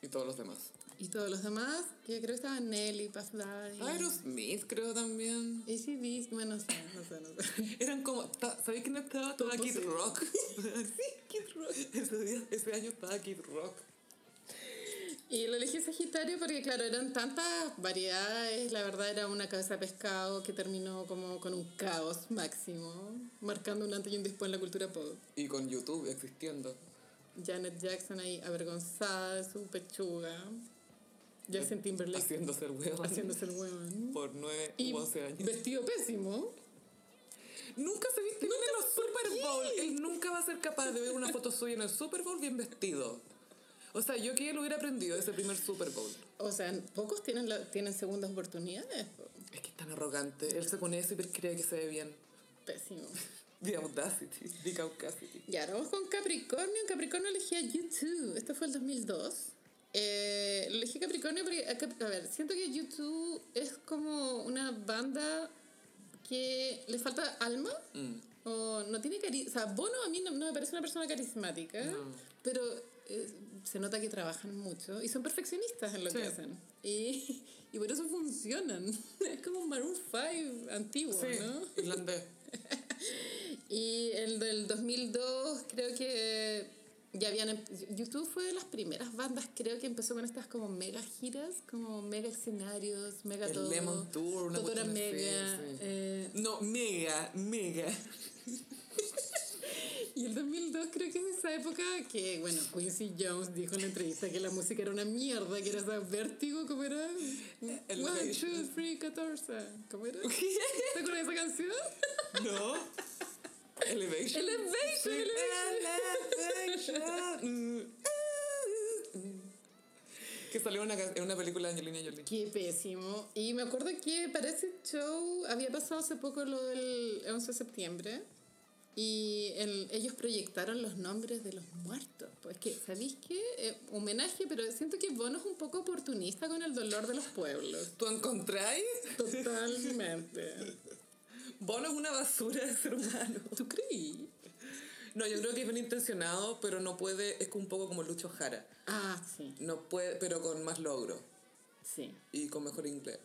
Y todos los demás. y todos los demás, que creo que estaban Nelly, Puff Daddy. Aerosmith creo también. ACDC, bueno, no sé, no sé, no sé. Eran como, ta- ¿sabéis quién estaba? Estaba Todo Kid posible. Rock. sí, Kid Rock. Ese, día- ese año estaba Kid Rock. Y lo elegí Sagitario porque, claro, eran tantas variedades. La verdad, era una cabeza de pescado que terminó como con un caos máximo, marcando un antes y un después en la cultura pop. Y con YouTube existiendo. Janet Jackson ahí avergonzada de su pechuga. Justin Timberlake Haciéndose el huevo. haciéndose el huevón. Por 9 Y u 11 años. vestido pésimo. Nunca se viste bien en los Super Bowl. Él nunca va a ser capaz de ver una foto suya en el Super Bowl bien vestido. O sea, yo que él hubiera aprendido de ese primer Super Bowl. O sea, pocos tienen, la- tienen segundas oportunidades. po. Es que es tan arrogante. Él se pone eso y cree que se ve bien. Pésimo. The audacity. The caucasity. Y ahora vamos con Capricornio. En Capricornio elegí a YouTube. Esto fue el 2002. Eh, elegí Capricornio porque, a, Cap- a ver, siento que YouTube es como una banda que le falta alma. Mm. O no tiene carisma. O sea, Bono a mí no, no me parece una persona carismática. Pero eh, se nota que trabajan mucho y son perfeccionistas en lo Sí. que hacen. Y, y por eso funcionan. Es como un Maroon 5 antiguo, Sí, ¿no? irlandés. Y el del 2002 creo que ya habían... em- YouTube fue de las primeras bandas creo que empezó con estas como mega giras, como mega escenarios, mega El todo. Lemon Tour, una todo era cuestión así, mega. sí. eh, No, mega, mega. y el 2002 creo que es esa época que, bueno, Quincy Jones dijo en la entrevista que la música era una mierda, que era esa vértigo, ¿cómo era? El One, beige. two, three, 14. ¿Cómo era? ¿Te acuerdas de esa canción? No. Elevation. Elevation, Elevation. Elevation. Mm. que salió en una, ca- en una película de Angelina Jolie. Qué pésimo. Y me acuerdo que para ese show había pasado hace poco lo del 11 de septiembre y el- ellos proyectaron los nombres de los muertos. Pues que, ¿sabéis qué? Eh, homenaje, pero siento que Bono es un poco oportunista con el dolor de los pueblos. ¿Tú encontráis? Totalmente. Bono es una basura de ser humano. ¿Tú creí? No, yo creo que es bien intencionado, pero no puede. Es un poco como Lucho Jara. Ah, sí, No puede, pero con más logro sí. y con mejor inglés.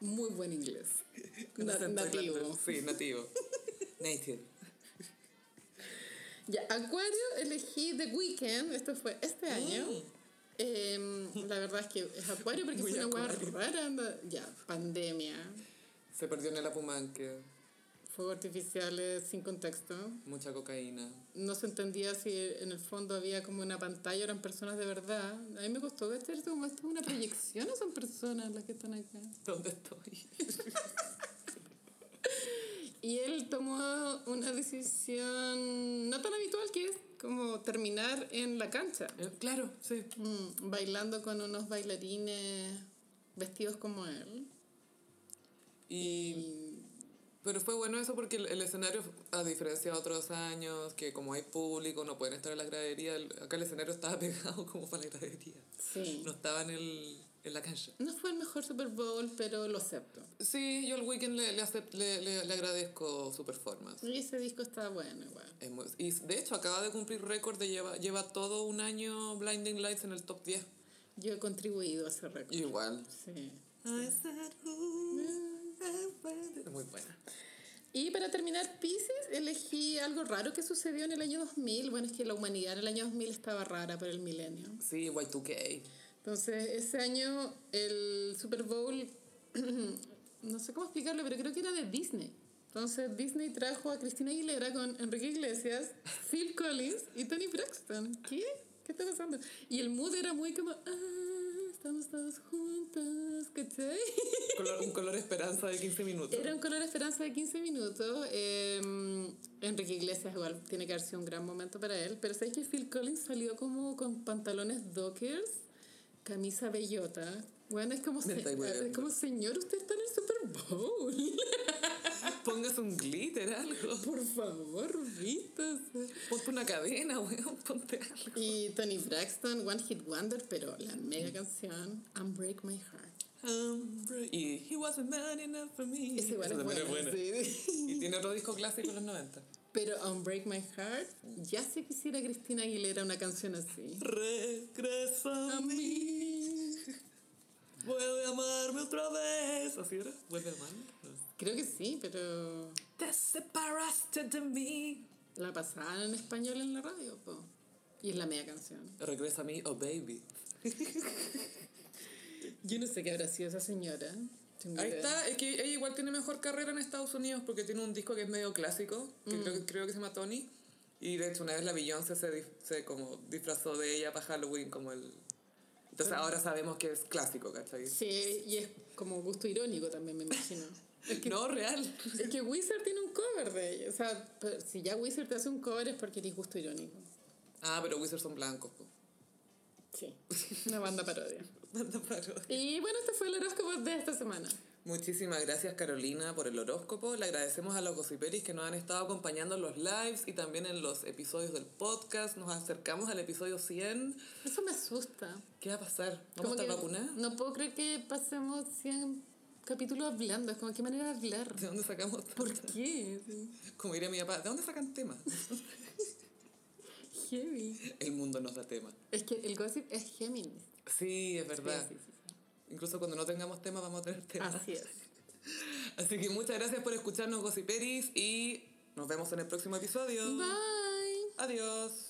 Muy buen inglés. Con Na- acento nativo. irlandés. Sí, nativo. Native. Ya, Acuario elegí The Weeknd, esto fue este año. Mm. Em, la verdad es que es Acuario porque Muy fue una hueá acuario. rara. anda- Ya, pandemia, Se perdió en el apumanque. fuegos artificiales sin contexto. Mucha cocaína. No se entendía si en el fondo había como una pantalla, eran personas de verdad. A mí me costó gastar esto como esto es una proyección o son personas las que están acá. ¿Dónde estoy? Y él tomó una decisión no tan habitual que es como terminar en la cancha. Eh, Claro, sí. Mm, bailando con unos bailarines vestidos como él. Y, Y pero fue bueno eso porque el, el escenario, a diferencia de otros años, que como hay público, no pueden estar en la gradería, el- acá el escenario estaba pegado como para la gradería. sí. No estaba en, el, en la cancha. No fue el mejor Super Bowl, pero lo acepto. Sí, yo al weekend le, le, acep- le, le- le agradezco su performance. Y ese disco está bueno igual. Es muy- y de hecho acaba de cumplir récord, de lleva, lleva todo un año Blinding Lights en el top 10. Yo he contribuido a ese récord. Igual. Sí. Muy buena. Y para terminar, Pisces, elegí algo raro que sucedió en el año 2000. Bueno, es que la humanidad en el año 2000 estaba rara para el milenio. Sí, Y2K. Entonces, ese año el Super Bowl, no sé cómo explicarlo, pero creo que era de Disney. Entonces, Disney trajo a Cristina Aguilera con Enrique Iglesias, Phil Collins y Tony Braxton. ¿Qué? ¿Qué está pasando? Y el mood era muy como, ah, estamos todos juntos, ¿cachai? Color- un color esperanza de 15 minutos. Era un color esperanza de 15 minutos. eh, Enrique Iglesias igual tiene que haber sido un gran momento para él. Pero sabes que Phil Collins salió como con pantalones dockers, camisa bellota. Bueno, es como, Me se- estáis hueveando. es como señor, usted está en el Super Bowl. Póngase un glitter, algo. Por favor, vístase. Ponte una cadena, weón, ponte algo. Y Tony Braxton, One Hit Wonder, pero la mega canción, Unbreak My Heart. Hombre, Y he wasn't man enough for me. Esa igual Esa es también buena. sí. Y tiene otro disco clásico en los 90. Pero Unbreak My Heart, ya se quisiera Cristina Aguilera una canción así. Regresa A mí. Vuelve a amarme otra vez. ¿Así era? Vuelve a amarme. Creo que sí, pero Te separaste de mí. la pasaban en español en la radio, po. Y es la media canción. Regresa a mí, oh baby. Yo no sé qué habrá sido esa señora. Tengo Ahí idea. está, es que ella igual tiene mejor carrera en Estados Unidos porque tiene un disco que es medio clásico, que Mm. creo, creo que se llama Tony. Y de hecho una vez la Beyoncé se, dif- se como disfrazó de ella para Halloween como el... Entonces ahora sabemos que es clásico, ¿cachai? Sí, y es como gusto irónico también, me imagino. Es que, No, real. es que Wizard tiene un cover de ella. O sea, pero si ya Wizard te hace un cover es porque eres gusto irónico. Ah, pero Wizards son blancos. po. Sí, una banda parodia. Manda parodia. Y bueno, este fue el horóscopo de esta semana. Muchísimas gracias Carolina por el horóscopo. Le agradecemos a los gossiperis que nos han estado acompañando en los lives y también en los episodios del podcast. Nos acercamos al episodio 100. Eso me asusta. ¿Qué va a pasar? Como ¿Vamos a estar que vacunadas? No puedo creer que pasemos 100 capítulos hablando. Es como, ¿qué manera de hablar? ¿De dónde sacamos? ¿Por qué? Como diría mi papá, ¿de dónde sacan temas? Heavy. El mundo nos da tema. Es que el gossip es Géminis. Sí, es verdad. Sí, sí, sí, Incluso cuando no tengamos temas vamos a tener sí. temas. Así es. Así que muchas gracias por escucharnos, gossiperis, y nos vemos en el próximo episodio. Bye. Adiós.